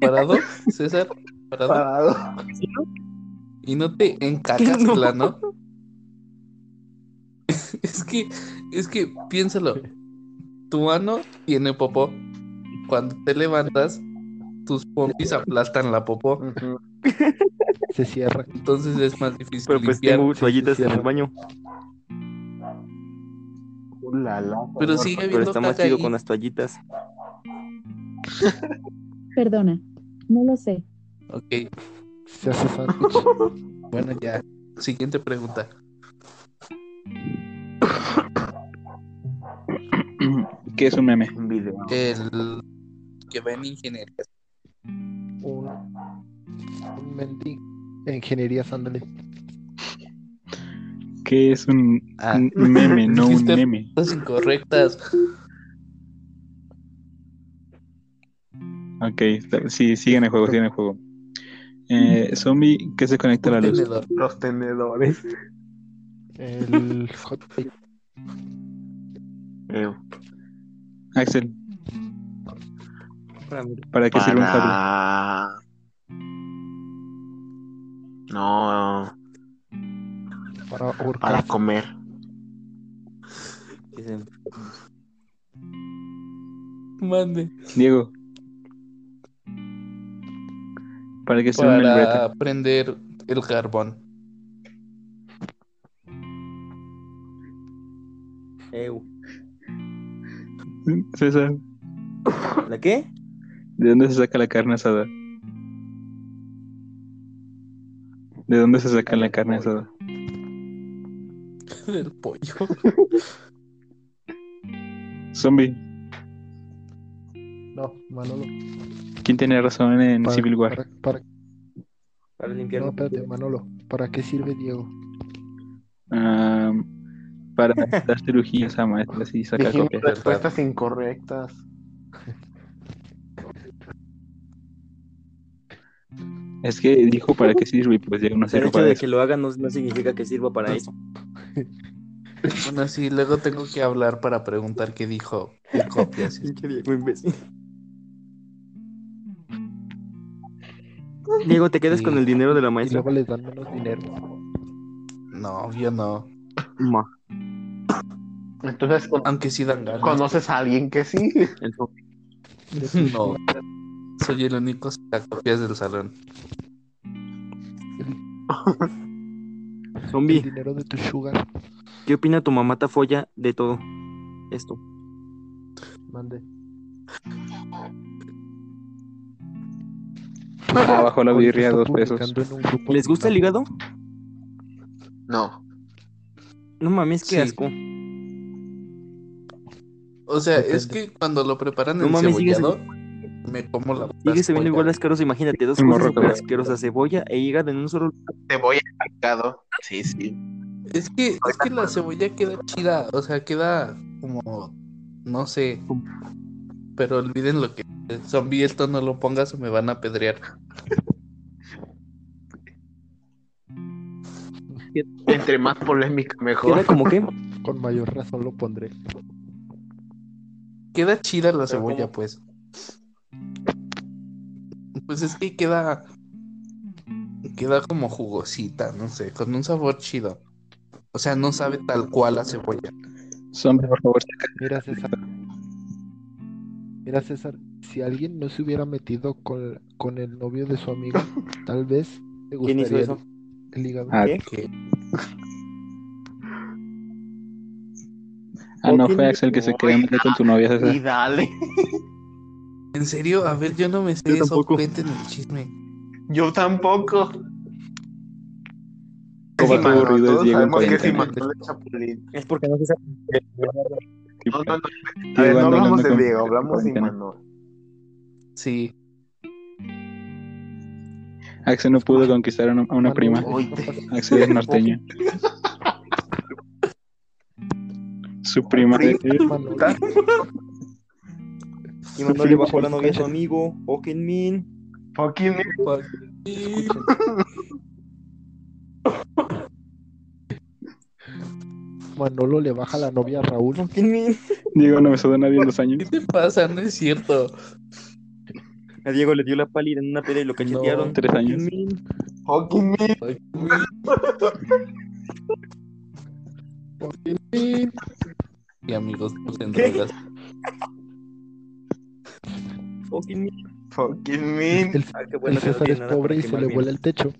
Speaker 1: ¿Parado, César? ¿Parado?
Speaker 6: Parado.
Speaker 1: Y no te encacas,
Speaker 2: No.
Speaker 1: ¿no? <laughs> Es que, es que, piénsalo. Tu mano tiene popó. Cuando te levantas, tus pompis aplastan la popó.
Speaker 3: Se cierra.
Speaker 1: Entonces es más difícil
Speaker 2: Pero pues
Speaker 1: limpiar.
Speaker 2: tengo
Speaker 3: sí,
Speaker 2: toallitas
Speaker 3: sí,
Speaker 2: en el
Speaker 3: cierto.
Speaker 2: baño.
Speaker 1: Pero sigue
Speaker 2: Pero
Speaker 1: habiendo
Speaker 2: está más
Speaker 1: caca
Speaker 2: chido
Speaker 1: ahí.
Speaker 2: con las toallitas.
Speaker 7: perdona. No lo sé.
Speaker 1: Ok,
Speaker 3: Se hace sándwich.
Speaker 1: bueno, ya. Siguiente pregunta.
Speaker 4: ¿Qué es un meme?
Speaker 5: Un video.
Speaker 1: El que va en ingeniería.
Speaker 3: Un, un mendigo. Ingeniería, ándale.
Speaker 4: ¿Qué es un,
Speaker 1: Ah,
Speaker 2: Mm.
Speaker 4: un meme, no un
Speaker 1: Dijiste-
Speaker 4: meme?
Speaker 1: cosas incorrectas.
Speaker 2: <laughs>
Speaker 4: Ok, está- sí, sigue en el juego, sigue en el juego. Eh, zombie, ¿qué se conecta a la luz?
Speaker 1: Tenedor.
Speaker 5: Los tenedores.
Speaker 3: El hot cake.
Speaker 5: Eh,
Speaker 4: Axel, ¿para qué sirve un sable?
Speaker 5: para- No,
Speaker 3: para
Speaker 5: para
Speaker 3: ahorcar.
Speaker 5: comer.
Speaker 1: Mande.
Speaker 4: Diego. ¿Para qué sirve una libreta?
Speaker 1: Para prender el carbón. <laughs>
Speaker 2: Eu.
Speaker 4: <laughs> César,
Speaker 2: ¿La qué?
Speaker 4: ¿de dónde se saca la carne asada? ¿De dónde se saca la carne asada?
Speaker 1: Del pollo.
Speaker 4: Zombie,
Speaker 3: No, Manolo.
Speaker 4: ¿quién tiene razón en
Speaker 3: Para-
Speaker 4: Civil War?
Speaker 3: para- para-
Speaker 2: Para limpiar.
Speaker 3: no, espérate, Manolo. ¿Para qué sirve Diego?
Speaker 4: Ah, para dar cirugías a maestras y sacar
Speaker 5: Dijimos
Speaker 4: copias.
Speaker 5: respuestas incorrectas.
Speaker 4: Es que dijo para qué sirve y pues ya no
Speaker 2: el
Speaker 4: sirve
Speaker 2: hecho
Speaker 4: para
Speaker 2: de
Speaker 4: eso.
Speaker 2: que lo hagan no, no significa que sirva para eso.
Speaker 1: Bueno, sí, luego tengo que hablar para preguntar qué dijo. ¿Qué copias?
Speaker 2: Pinche Diego, imbécil. Diego, ¿te quedas
Speaker 1: Sí.
Speaker 2: con el dinero de la
Speaker 3: Y
Speaker 2: maestra?
Speaker 3: luego les dan menos dinero.
Speaker 1: No, yo no.
Speaker 2: Ma,
Speaker 5: Entonces, ¿con-
Speaker 1: Aunque sí dan ganas.
Speaker 5: ¿conoces a alguien que sí?
Speaker 2: el so-
Speaker 1: No. Soy el único sacacopias del salón.
Speaker 3: El
Speaker 2: Zombie,
Speaker 3: dinero de tu sugar.
Speaker 2: ¿qué opina tu mamá tafolla de todo esto?
Speaker 3: Mande.
Speaker 4: Abajo Ah, la
Speaker 3: Ahorita
Speaker 4: birria,
Speaker 3: está
Speaker 4: dos pesos.
Speaker 3: publicando en un grupo
Speaker 2: ¿Les gusta el
Speaker 3: privado.
Speaker 2: hígado?
Speaker 5: No.
Speaker 2: No mames,
Speaker 1: Sí.
Speaker 2: qué asco.
Speaker 1: O sea,
Speaker 3: Depende.
Speaker 1: es que cuando lo preparan
Speaker 2: No
Speaker 1: en
Speaker 2: mames, sigue
Speaker 1: cebollado, me como la
Speaker 2: Sigue sabiendo
Speaker 1: cebolla.
Speaker 2: igual de asqueroso, imagínate, dos
Speaker 4: Un
Speaker 2: cosas
Speaker 4: morro,
Speaker 2: súper
Speaker 4: cabrón.
Speaker 2: asquerosas, cebolla e hígado en un solo...
Speaker 5: Cebolla picado. Sí, sí.
Speaker 1: Es que, es que la cebolla queda chida, o sea, queda como, no sé, pero olviden lo que... Zombie, esto no lo pongas o me van a apedrear.
Speaker 5: Entre más polémica,
Speaker 2: ¿Queda
Speaker 5: <laughs> mejor.
Speaker 2: como qué?
Speaker 3: Con mayor razón lo pondré.
Speaker 1: Queda chida la
Speaker 5: Pero
Speaker 1: cebolla,
Speaker 5: ¿cómo?
Speaker 1: pues. Pues es que queda... Queda como jugosita, no sé, con un sabor chido. O sea, no sabe tal cual a cebolla.
Speaker 4: Sombra, por favor,
Speaker 3: Mira, César. Mira, César, si alguien no se hubiera metido con, con el novio de su amigo, tal vez te
Speaker 2: ¿Quién
Speaker 3: gustaría
Speaker 2: hizo eso?
Speaker 3: el- el hígado.
Speaker 4: Ah,
Speaker 2: ¿Qué?
Speaker 1: Que
Speaker 4: ah,
Speaker 2: ¿Quién
Speaker 4: no, fue
Speaker 2: dijo?
Speaker 4: Axel que se
Speaker 5: Uy,
Speaker 4: quería meter con tu novia. César.
Speaker 5: Y <laughs> dale.
Speaker 1: ¿En serio? A ver, yo no me sé
Speaker 2: Yo
Speaker 1: eso.
Speaker 2: tampoco.
Speaker 1: Cuenten el chisme.
Speaker 5: Yo tampoco.
Speaker 4: Como
Speaker 5: Es
Speaker 4: tú,
Speaker 5: Imanol,
Speaker 4: Ruido,
Speaker 5: todos
Speaker 4: Diego en
Speaker 5: sabemos que es
Speaker 1: cuarentena.
Speaker 5: Imanol de Chapulín.
Speaker 2: Es porque no se sabe.
Speaker 5: No, no, no.
Speaker 4: Diego
Speaker 5: A ver, no
Speaker 4: anda
Speaker 5: hablamos
Speaker 4: andando
Speaker 5: de
Speaker 4: con-
Speaker 5: Diego, hablamos de
Speaker 4: cuarentena.
Speaker 5: Imanol.
Speaker 1: Sí.
Speaker 4: Axel no pudo conquistar a una, a una
Speaker 3: Manu,
Speaker 4: prima.
Speaker 3: es
Speaker 5: Uy,
Speaker 3: capaz-
Speaker 5: te-
Speaker 4: Axel es
Speaker 5: <laughs>
Speaker 4: norteño. Su prima.
Speaker 3: Manu,
Speaker 5: ¿Estás?
Speaker 2: Y
Speaker 3: <laughs>
Speaker 2: mandó le bajó la
Speaker 3: pues,
Speaker 2: novia a su amigo, Oh, Okenmin.
Speaker 5: Fucking
Speaker 1: Escuchen.
Speaker 3: Manolo le baja la novia a Raúl.
Speaker 2: Okenmin.
Speaker 4: Diego no besó a nadie en dos
Speaker 1: <laughs>
Speaker 4: años.
Speaker 1: ¿Qué te pasa? No es cierto.
Speaker 2: A Diego le dio la pálida en una pelea y lo cachetearon.
Speaker 4: Tres años.
Speaker 2: Okenmin.
Speaker 5: Fucking me.
Speaker 1: Y amigos, pues, no se drogas.
Speaker 2: Okenmin.
Speaker 5: Fucking me.
Speaker 3: El,
Speaker 2: Oh, Ah, qué
Speaker 3: el
Speaker 2: bueno que no
Speaker 3: César
Speaker 2: tiene
Speaker 3: es
Speaker 2: nada
Speaker 3: pobre y
Speaker 2: para
Speaker 3: se
Speaker 2: quemar
Speaker 3: le
Speaker 2: bien. <laughs>
Speaker 3: vuela el techo.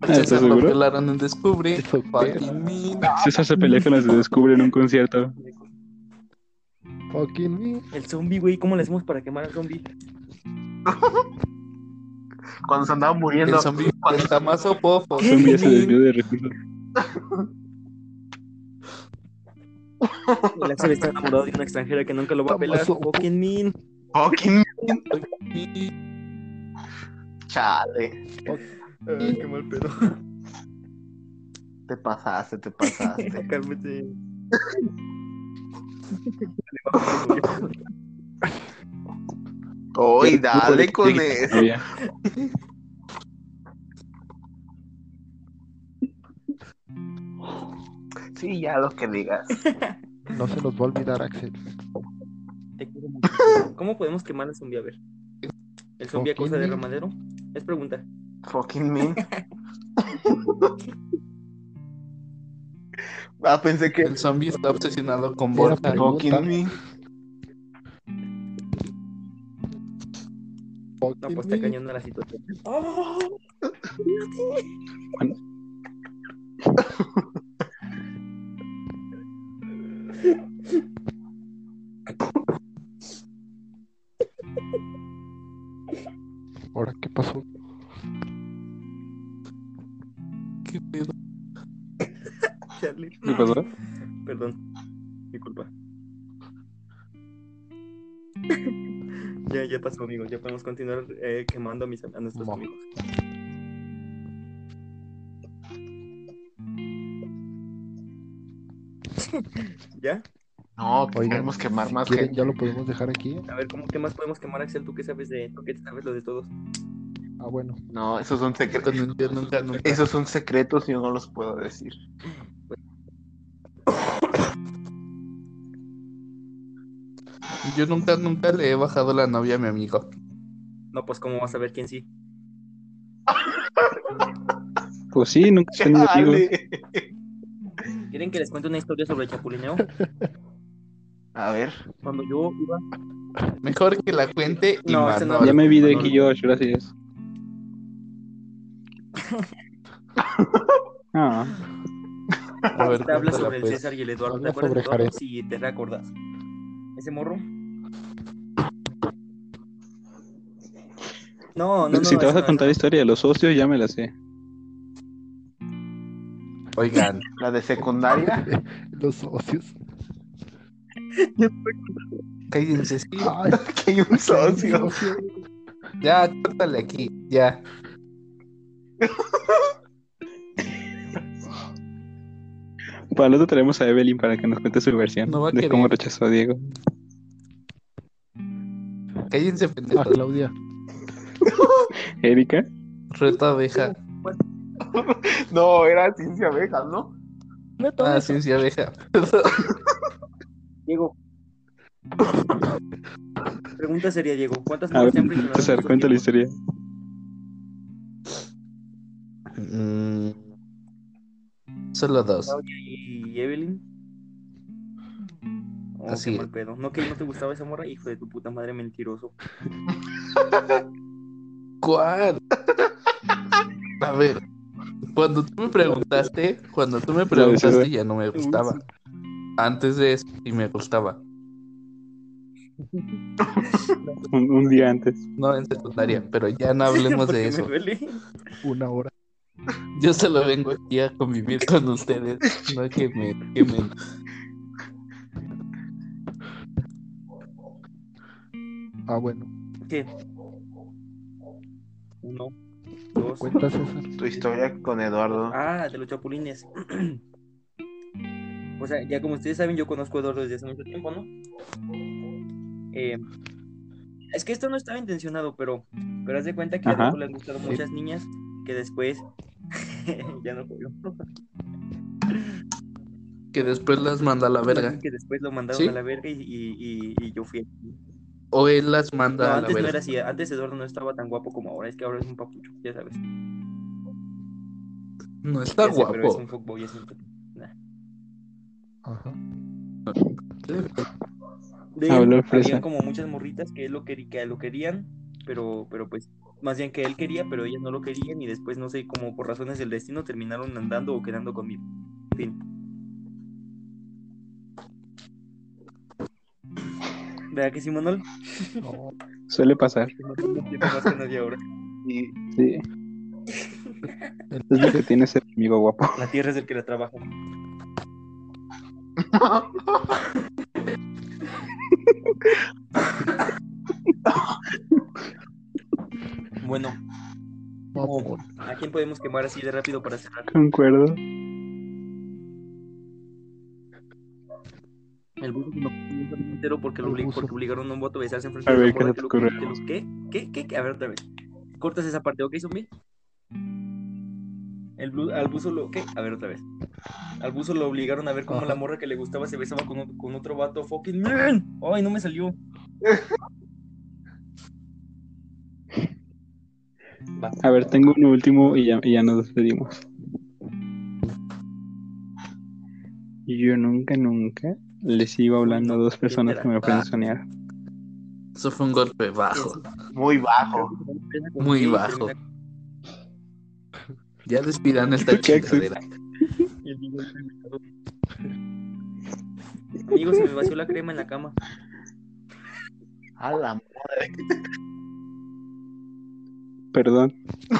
Speaker 1: Al César lo
Speaker 4: seguro?
Speaker 1: violaron en Descubre.
Speaker 3: Eso,
Speaker 1: Fucking mean.
Speaker 4: César se pelea con las de Descubre en un concierto.
Speaker 3: Fucking me.
Speaker 2: El zombie, güey, ¿cómo le hacemos para quemar al zombie?
Speaker 5: Cuando se andaba muriendo.
Speaker 1: El zombie pentamazo pofo.
Speaker 2: ¿Qué?
Speaker 4: Zombie ya se desvió de recursos.
Speaker 2: El Axel
Speaker 3: <laughs>
Speaker 2: está enamorado de una extranjera que nunca lo va a pelar. Oh, <laughs>
Speaker 3: Famoso. <laughs>
Speaker 2: Okenmin.
Speaker 5: Fucking me.
Speaker 1: Y
Speaker 5: Chale.
Speaker 2: Ay, qué mal pedo.
Speaker 5: Te pasaste,
Speaker 2: <laughs>
Speaker 5: te pasaste.
Speaker 2: Cálmate.
Speaker 5: Uy, dale con eso.
Speaker 4: Novia.
Speaker 5: Sí, ya lo que digas.
Speaker 3: No se nos va a olvidar, Axel.
Speaker 2: Te quiero mucho. ¿Cómo podemos quemar al zombie? A ver. ¿El zombie a cosa de
Speaker 3: Okenmin.
Speaker 2: ramadero? Es pregunta.
Speaker 5: Fucking me. <laughs> Ah, pensé que.
Speaker 1: El zombie está obsesionado con
Speaker 3: Era
Speaker 1: Borja.
Speaker 3: pregunta.
Speaker 5: Fucking me.
Speaker 2: No, pues está cañón la situación. <laughs>
Speaker 3: Ahora, ¿qué pasó?
Speaker 1: ¿Qué pedo?
Speaker 2: Charlie.
Speaker 4: ¿Qué pasó?
Speaker 2: Perdón. Mi culpa. <laughs> ya, ya pasó, amigo. Ya podemos continuar eh, quemando a, mis, a nuestros
Speaker 3: Mo.
Speaker 2: amigos. <laughs> ¿Ya?
Speaker 5: No, pues que
Speaker 3: Oigan,
Speaker 5: queremos quemar más
Speaker 3: ¿Quieren?
Speaker 5: gente.
Speaker 3: Ya lo podemos dejar aquí.
Speaker 2: A ver, ¿cómo, ¿qué más podemos quemar, Axel? ¿Tú qué sabes de tú qué sabes lo de todos?
Speaker 3: Ah, bueno.
Speaker 5: No, esos son secretos.
Speaker 1: Con- Yo nunca, nunca.
Speaker 5: Esos son secretos y yo no los puedo decir.
Speaker 1: Yo nunca, nunca le he bajado la novia a mi amigo.
Speaker 2: No, pues, ¿cómo vas a ver quién sí?
Speaker 4: Pues sí, nunca he tenido amigos.
Speaker 5: Chale.
Speaker 2: ¿Quieren que les cuente una historia sobre el chapulineo?
Speaker 5: A ver.
Speaker 2: Cuando yo iba...
Speaker 1: Mejor que la cuente y
Speaker 2: No, ese no.
Speaker 1: Manolo.
Speaker 4: Ya me vi de aquí, Josh, gracias.
Speaker 5: <laughs>
Speaker 4: Ah,
Speaker 1: A ver,
Speaker 2: te habla
Speaker 1: cuéntala,
Speaker 2: sobre el
Speaker 1: pues.
Speaker 2: César y el Eduardo. ¿Te
Speaker 3: Habla
Speaker 2: acuerdas de
Speaker 3: sobre
Speaker 2: Eduardo?
Speaker 3: Jared.
Speaker 2: Si te reacordas. Ese morro No, no, no.
Speaker 4: si te
Speaker 2: esa
Speaker 4: vas a
Speaker 2: no,
Speaker 4: contar la historia de los socios, ya me la sé.
Speaker 1: Oigan,
Speaker 5: La de secundaria.
Speaker 3: Los socios.
Speaker 1: cállense, sí.
Speaker 3: Ay,
Speaker 5: que hay un socio.
Speaker 3: socio.
Speaker 1: Ya, córtale aquí, ya.
Speaker 4: Para el otro tenemos a Evelyn para que nos cuente su versión
Speaker 1: No va a
Speaker 4: de
Speaker 1: querer.
Speaker 4: cómo rechazó a Diego.
Speaker 1: Cállense,
Speaker 3: Ah,
Speaker 1: pendejos.
Speaker 3: Claudia.
Speaker 4: Erika,
Speaker 1: Reta abeja.
Speaker 5: No, era ciencia abejas, ¿no?
Speaker 1: Ah, ciencia abeja. Perdón.
Speaker 2: Diego. Pregunta sería, Diego, ¿cuántas
Speaker 4: a ver,
Speaker 2: mujeres te han presionado en
Speaker 4: César,
Speaker 2: estos
Speaker 4: cuenta la
Speaker 2: tiempos?
Speaker 4: historia.
Speaker 1: Mm. Solo dos.
Speaker 2: Claudia y Evelyn. Oh,
Speaker 1: Así
Speaker 2: qué
Speaker 1: es.
Speaker 2: mal pedo. No, que no te gustaba esa morra, hijo de tu puta madre mentiroso.
Speaker 1: ¿Cuál? <laughs> A ver, cuando tú me preguntaste, cuando tú me
Speaker 4: La de
Speaker 1: preguntaste
Speaker 4: César.
Speaker 1: ya no me gustaba. Antes de eso sí me gustaba.
Speaker 4: Un, un día antes.
Speaker 1: No en secundaria, pero ya
Speaker 2: <laughs>
Speaker 1: no hablemos
Speaker 2: Porque
Speaker 1: de
Speaker 2: me
Speaker 1: eso.
Speaker 2: duele.
Speaker 3: Una hora.
Speaker 1: Yo solo vengo aquí a convivir con ustedes, no que me, que me...
Speaker 3: Ah, bueno.
Speaker 2: ¿Qué? Uno, dos.
Speaker 3: Cuenta César.
Speaker 5: Tu historia con Eduardo.
Speaker 2: Ah, de los chapulines. <clears throat> o sea, ya como ustedes saben, yo conozco a Eduardo desde hace mucho tiempo, ¿no? Eh, es que esto no estaba intencionado, pero, pero haz de cuenta que a
Speaker 4: Ajá.
Speaker 2: Eduardo le han gustado muchas niñas que después <laughs> ya no puedo.
Speaker 1: que después las manda a la verga.
Speaker 2: <laughs> Que después lo mandaron
Speaker 1: ¿Sí?
Speaker 2: a la verga y, y- y- y yo fui.
Speaker 1: O él las
Speaker 2: No,
Speaker 1: manda a la
Speaker 2: antes no era
Speaker 1: verga.
Speaker 2: así. Antes Eduardo no estaba tan guapo como ahora. Es que ahora es un papucho, ya sabes.
Speaker 1: No está
Speaker 2: Ya sé, Pero es
Speaker 1: guapo.
Speaker 2: un fuckboy, es un-
Speaker 3: Ajá.
Speaker 2: de él,
Speaker 4: Habló el fresa.
Speaker 2: había como muchas morritas que él lo, quería, que lo querían, pero, pero pues, más bien que él quería, pero ellas no lo querían y después, no sé, como por razones del destino, terminaron andando o quedando conmigo. Fin. ¿Verdad que sí, Manuel?
Speaker 3: No,
Speaker 4: Suele pasar.
Speaker 2: No tengo tiempo más que nadie ahora.
Speaker 5: Y
Speaker 1: <laughs>
Speaker 4: Sí. Es lo que tiene ser amigo guapo. <laughs>
Speaker 2: La tierra es el que la trabaja. bueno,
Speaker 3: mamón.
Speaker 2: ¿a quién podemos quemar así de rápido para cerrar?
Speaker 4: Concuerdo.
Speaker 2: El buzo que no no me entero porque lo,
Speaker 3: El
Speaker 2: obli-
Speaker 3: buzo.
Speaker 2: porque obligaron a un voto a besarse enfrente
Speaker 4: A
Speaker 2: de
Speaker 4: ver,
Speaker 2: la
Speaker 4: ¿qué
Speaker 2: morra
Speaker 4: se
Speaker 2: que lo-
Speaker 4: te ocurre?
Speaker 2: que lo- ¿Qué? ¿Qué? ¿Qué? ¿Qué? A ver, otra vez. Cortas esa parte, ¿ok, Zombie? El blu- al buzo lo... ¿Qué? A ver, otra vez. Al buzo lo obligaron a ver cómo
Speaker 3: Ajá.
Speaker 2: la morra que le gustaba se besaba con, o- con otro vato. ¡Fucking man! ¡Ay, no me salió! Va.
Speaker 4: A ver, tengo uno último y ya, y ya nos despedimos. Yo nunca, nunca les iba hablando a dos personas que me soñar.
Speaker 1: Eso fue un golpe bajo.
Speaker 5: muy bajo.
Speaker 1: Muy bajo. Ya despidan esta
Speaker 4: ¿Qué haces?
Speaker 1: chingadera.
Speaker 2: Amigo, se me vació la crema en la cama.
Speaker 5: A la
Speaker 4: Perdón,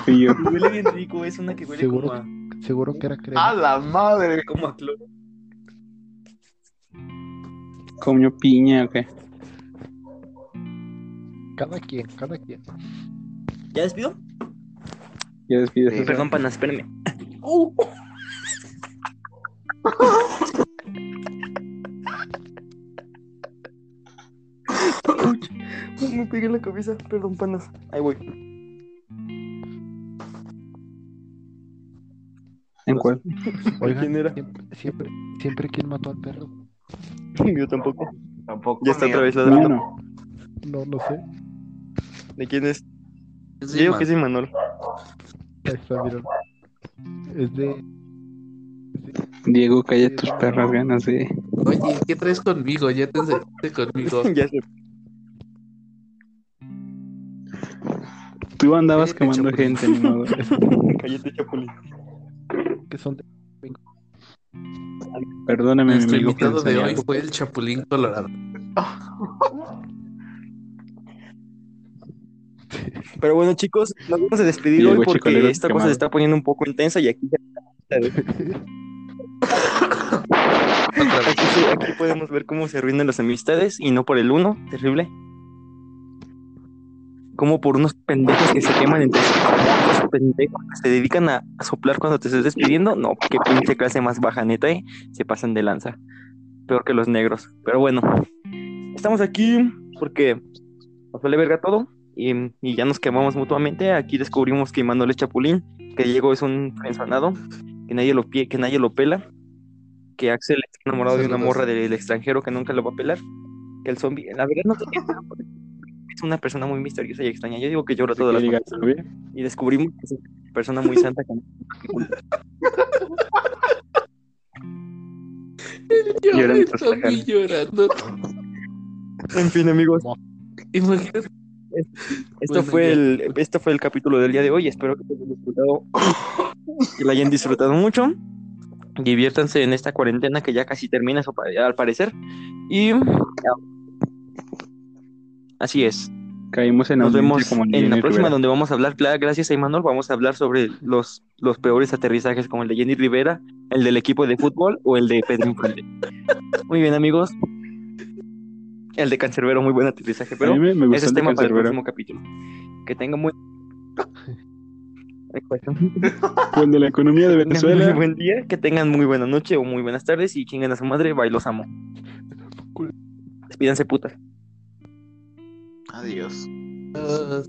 Speaker 4: fui yo.
Speaker 2: Huele bien rico, es una que huele
Speaker 3: Seguro.
Speaker 2: como a,
Speaker 3: Seguro que era
Speaker 5: A
Speaker 3: crema.
Speaker 5: la madre.
Speaker 2: como a cloro.
Speaker 4: Comió piña, ok.
Speaker 3: Cada quien, cada quien.
Speaker 2: ¿Ya despido?
Speaker 4: Ya despido.
Speaker 5: Sí,
Speaker 2: Perdón, panas, <laughs> espérenme. Me pegué en la cabeza, perdón, panas. Ahí voy. <laughs>
Speaker 4: ¿En cuál?
Speaker 3: Oigan,
Speaker 2: ¿Quién era?
Speaker 3: Siempre, siempre, siempre quien mató al perro.
Speaker 2: <laughs> Yo tampoco.
Speaker 5: Tampoco.
Speaker 2: Ya está
Speaker 5: mío.
Speaker 2: otra vez
Speaker 4: No,
Speaker 2: ladrando.
Speaker 4: no.
Speaker 3: No, no sé.
Speaker 2: ¿De quién es?
Speaker 1: Sí,
Speaker 2: Digo
Speaker 1: man.
Speaker 2: que es Imanol. <laughs>
Speaker 3: Ahí está, miren. Es de. es de-
Speaker 4: Diego, calla tus perras ganas de.
Speaker 1: Oye, ¿qué traes conmigo? Ya te enseñaste conmigo.
Speaker 2: ya sé.
Speaker 4: Tú andabas
Speaker 1: Cállate,
Speaker 4: quemando
Speaker 1: Chapulín.
Speaker 4: gente, ni
Speaker 1: <laughs>
Speaker 4: modo.
Speaker 2: Cállate, Chapulín.
Speaker 3: que son de-
Speaker 4: Perdóname, mi
Speaker 1: Nuestro
Speaker 4: amigo.
Speaker 1: invitado de hoy
Speaker 4: Ponzoña.
Speaker 1: fue el Chapulín Colorado.
Speaker 2: Pero bueno, chicos, nos vamos a despedir
Speaker 4: Diego
Speaker 2: hoy porque
Speaker 4: Chicolero
Speaker 2: esta cosa
Speaker 4: quemado.
Speaker 2: se está poniendo un poco intensa y aquí,
Speaker 1: Otra vez.
Speaker 2: aquí se- aquí podemos ver cómo se arruinan las amistades y no por el uno, terrible. Como por unos pendejos que se queman entre sí, unos pendejos que se dedican a, a soplar cuando te estés despidiendo. No, qué pinche clase más baja, neta, eh. Se pasan de lanza. Peor que los negros. Pero bueno, estamos aquí porque nos vale verga todo y, y ya nos quemamos mutuamente. Aquí descubrimos que Manuel es Chapulín, que Diego es un frenzonado, que nadie lo pie, que nadie lo pela, que Axel está enamorado de una
Speaker 1: Saludos.
Speaker 2: morra del extranjero que nunca lo va a pelar, que el zombie, la verdad no sé qué pedo, pero es una persona muy misteriosa y extraña. Yo digo que llora todas las
Speaker 4: Que diga,
Speaker 2: noches.
Speaker 4: "Oye,
Speaker 2: y descubrimos que es una persona muy santa que
Speaker 4: Llora
Speaker 1: Yo
Speaker 4: mientras la
Speaker 1: también
Speaker 4: jala.
Speaker 1: llorando.
Speaker 2: En fin, amigos,
Speaker 1: Imagínate. Bueno,
Speaker 2: esto fue
Speaker 1: ya.
Speaker 2: el esto fue el capítulo del día de hoy. Espero que lo hayan disfrutado, <coughs> que lo hayan disfrutado mucho. Diviértanse en esta cuarentena que ya casi termina eso pa- al parecer. Y así es.
Speaker 4: Caímos en
Speaker 2: Nos
Speaker 4: audiencia
Speaker 2: vemos
Speaker 4: como
Speaker 2: en la
Speaker 4: Jenny
Speaker 2: próxima
Speaker 4: Rivera.
Speaker 2: donde vamos a hablar, cla- gracias a Imanol, vamos a hablar sobre los, los peores aterrizajes como el de Jenny Rivera, el del equipo de fútbol o el de
Speaker 1: <laughs>
Speaker 2: Pedro Infante. Muy bien amigos. El de Cancerbero, muy buen aterrizaje, pero
Speaker 4: a mí me, me
Speaker 2: ese
Speaker 4: gustó
Speaker 2: es
Speaker 4: el de
Speaker 2: este tema para el próximo
Speaker 4: Cancerbero.
Speaker 2: capítulo. Que tenga muy...
Speaker 4: Fue el de
Speaker 2: <laughs>
Speaker 4: la economía de
Speaker 2: Tengan muy
Speaker 4: Venezuela.
Speaker 2: buen día, que tengan muy buena noche o muy buenas tardes y chinguen a su madre, bye, los amo. Despídanse putas.
Speaker 5: Adiós.
Speaker 1: Ah,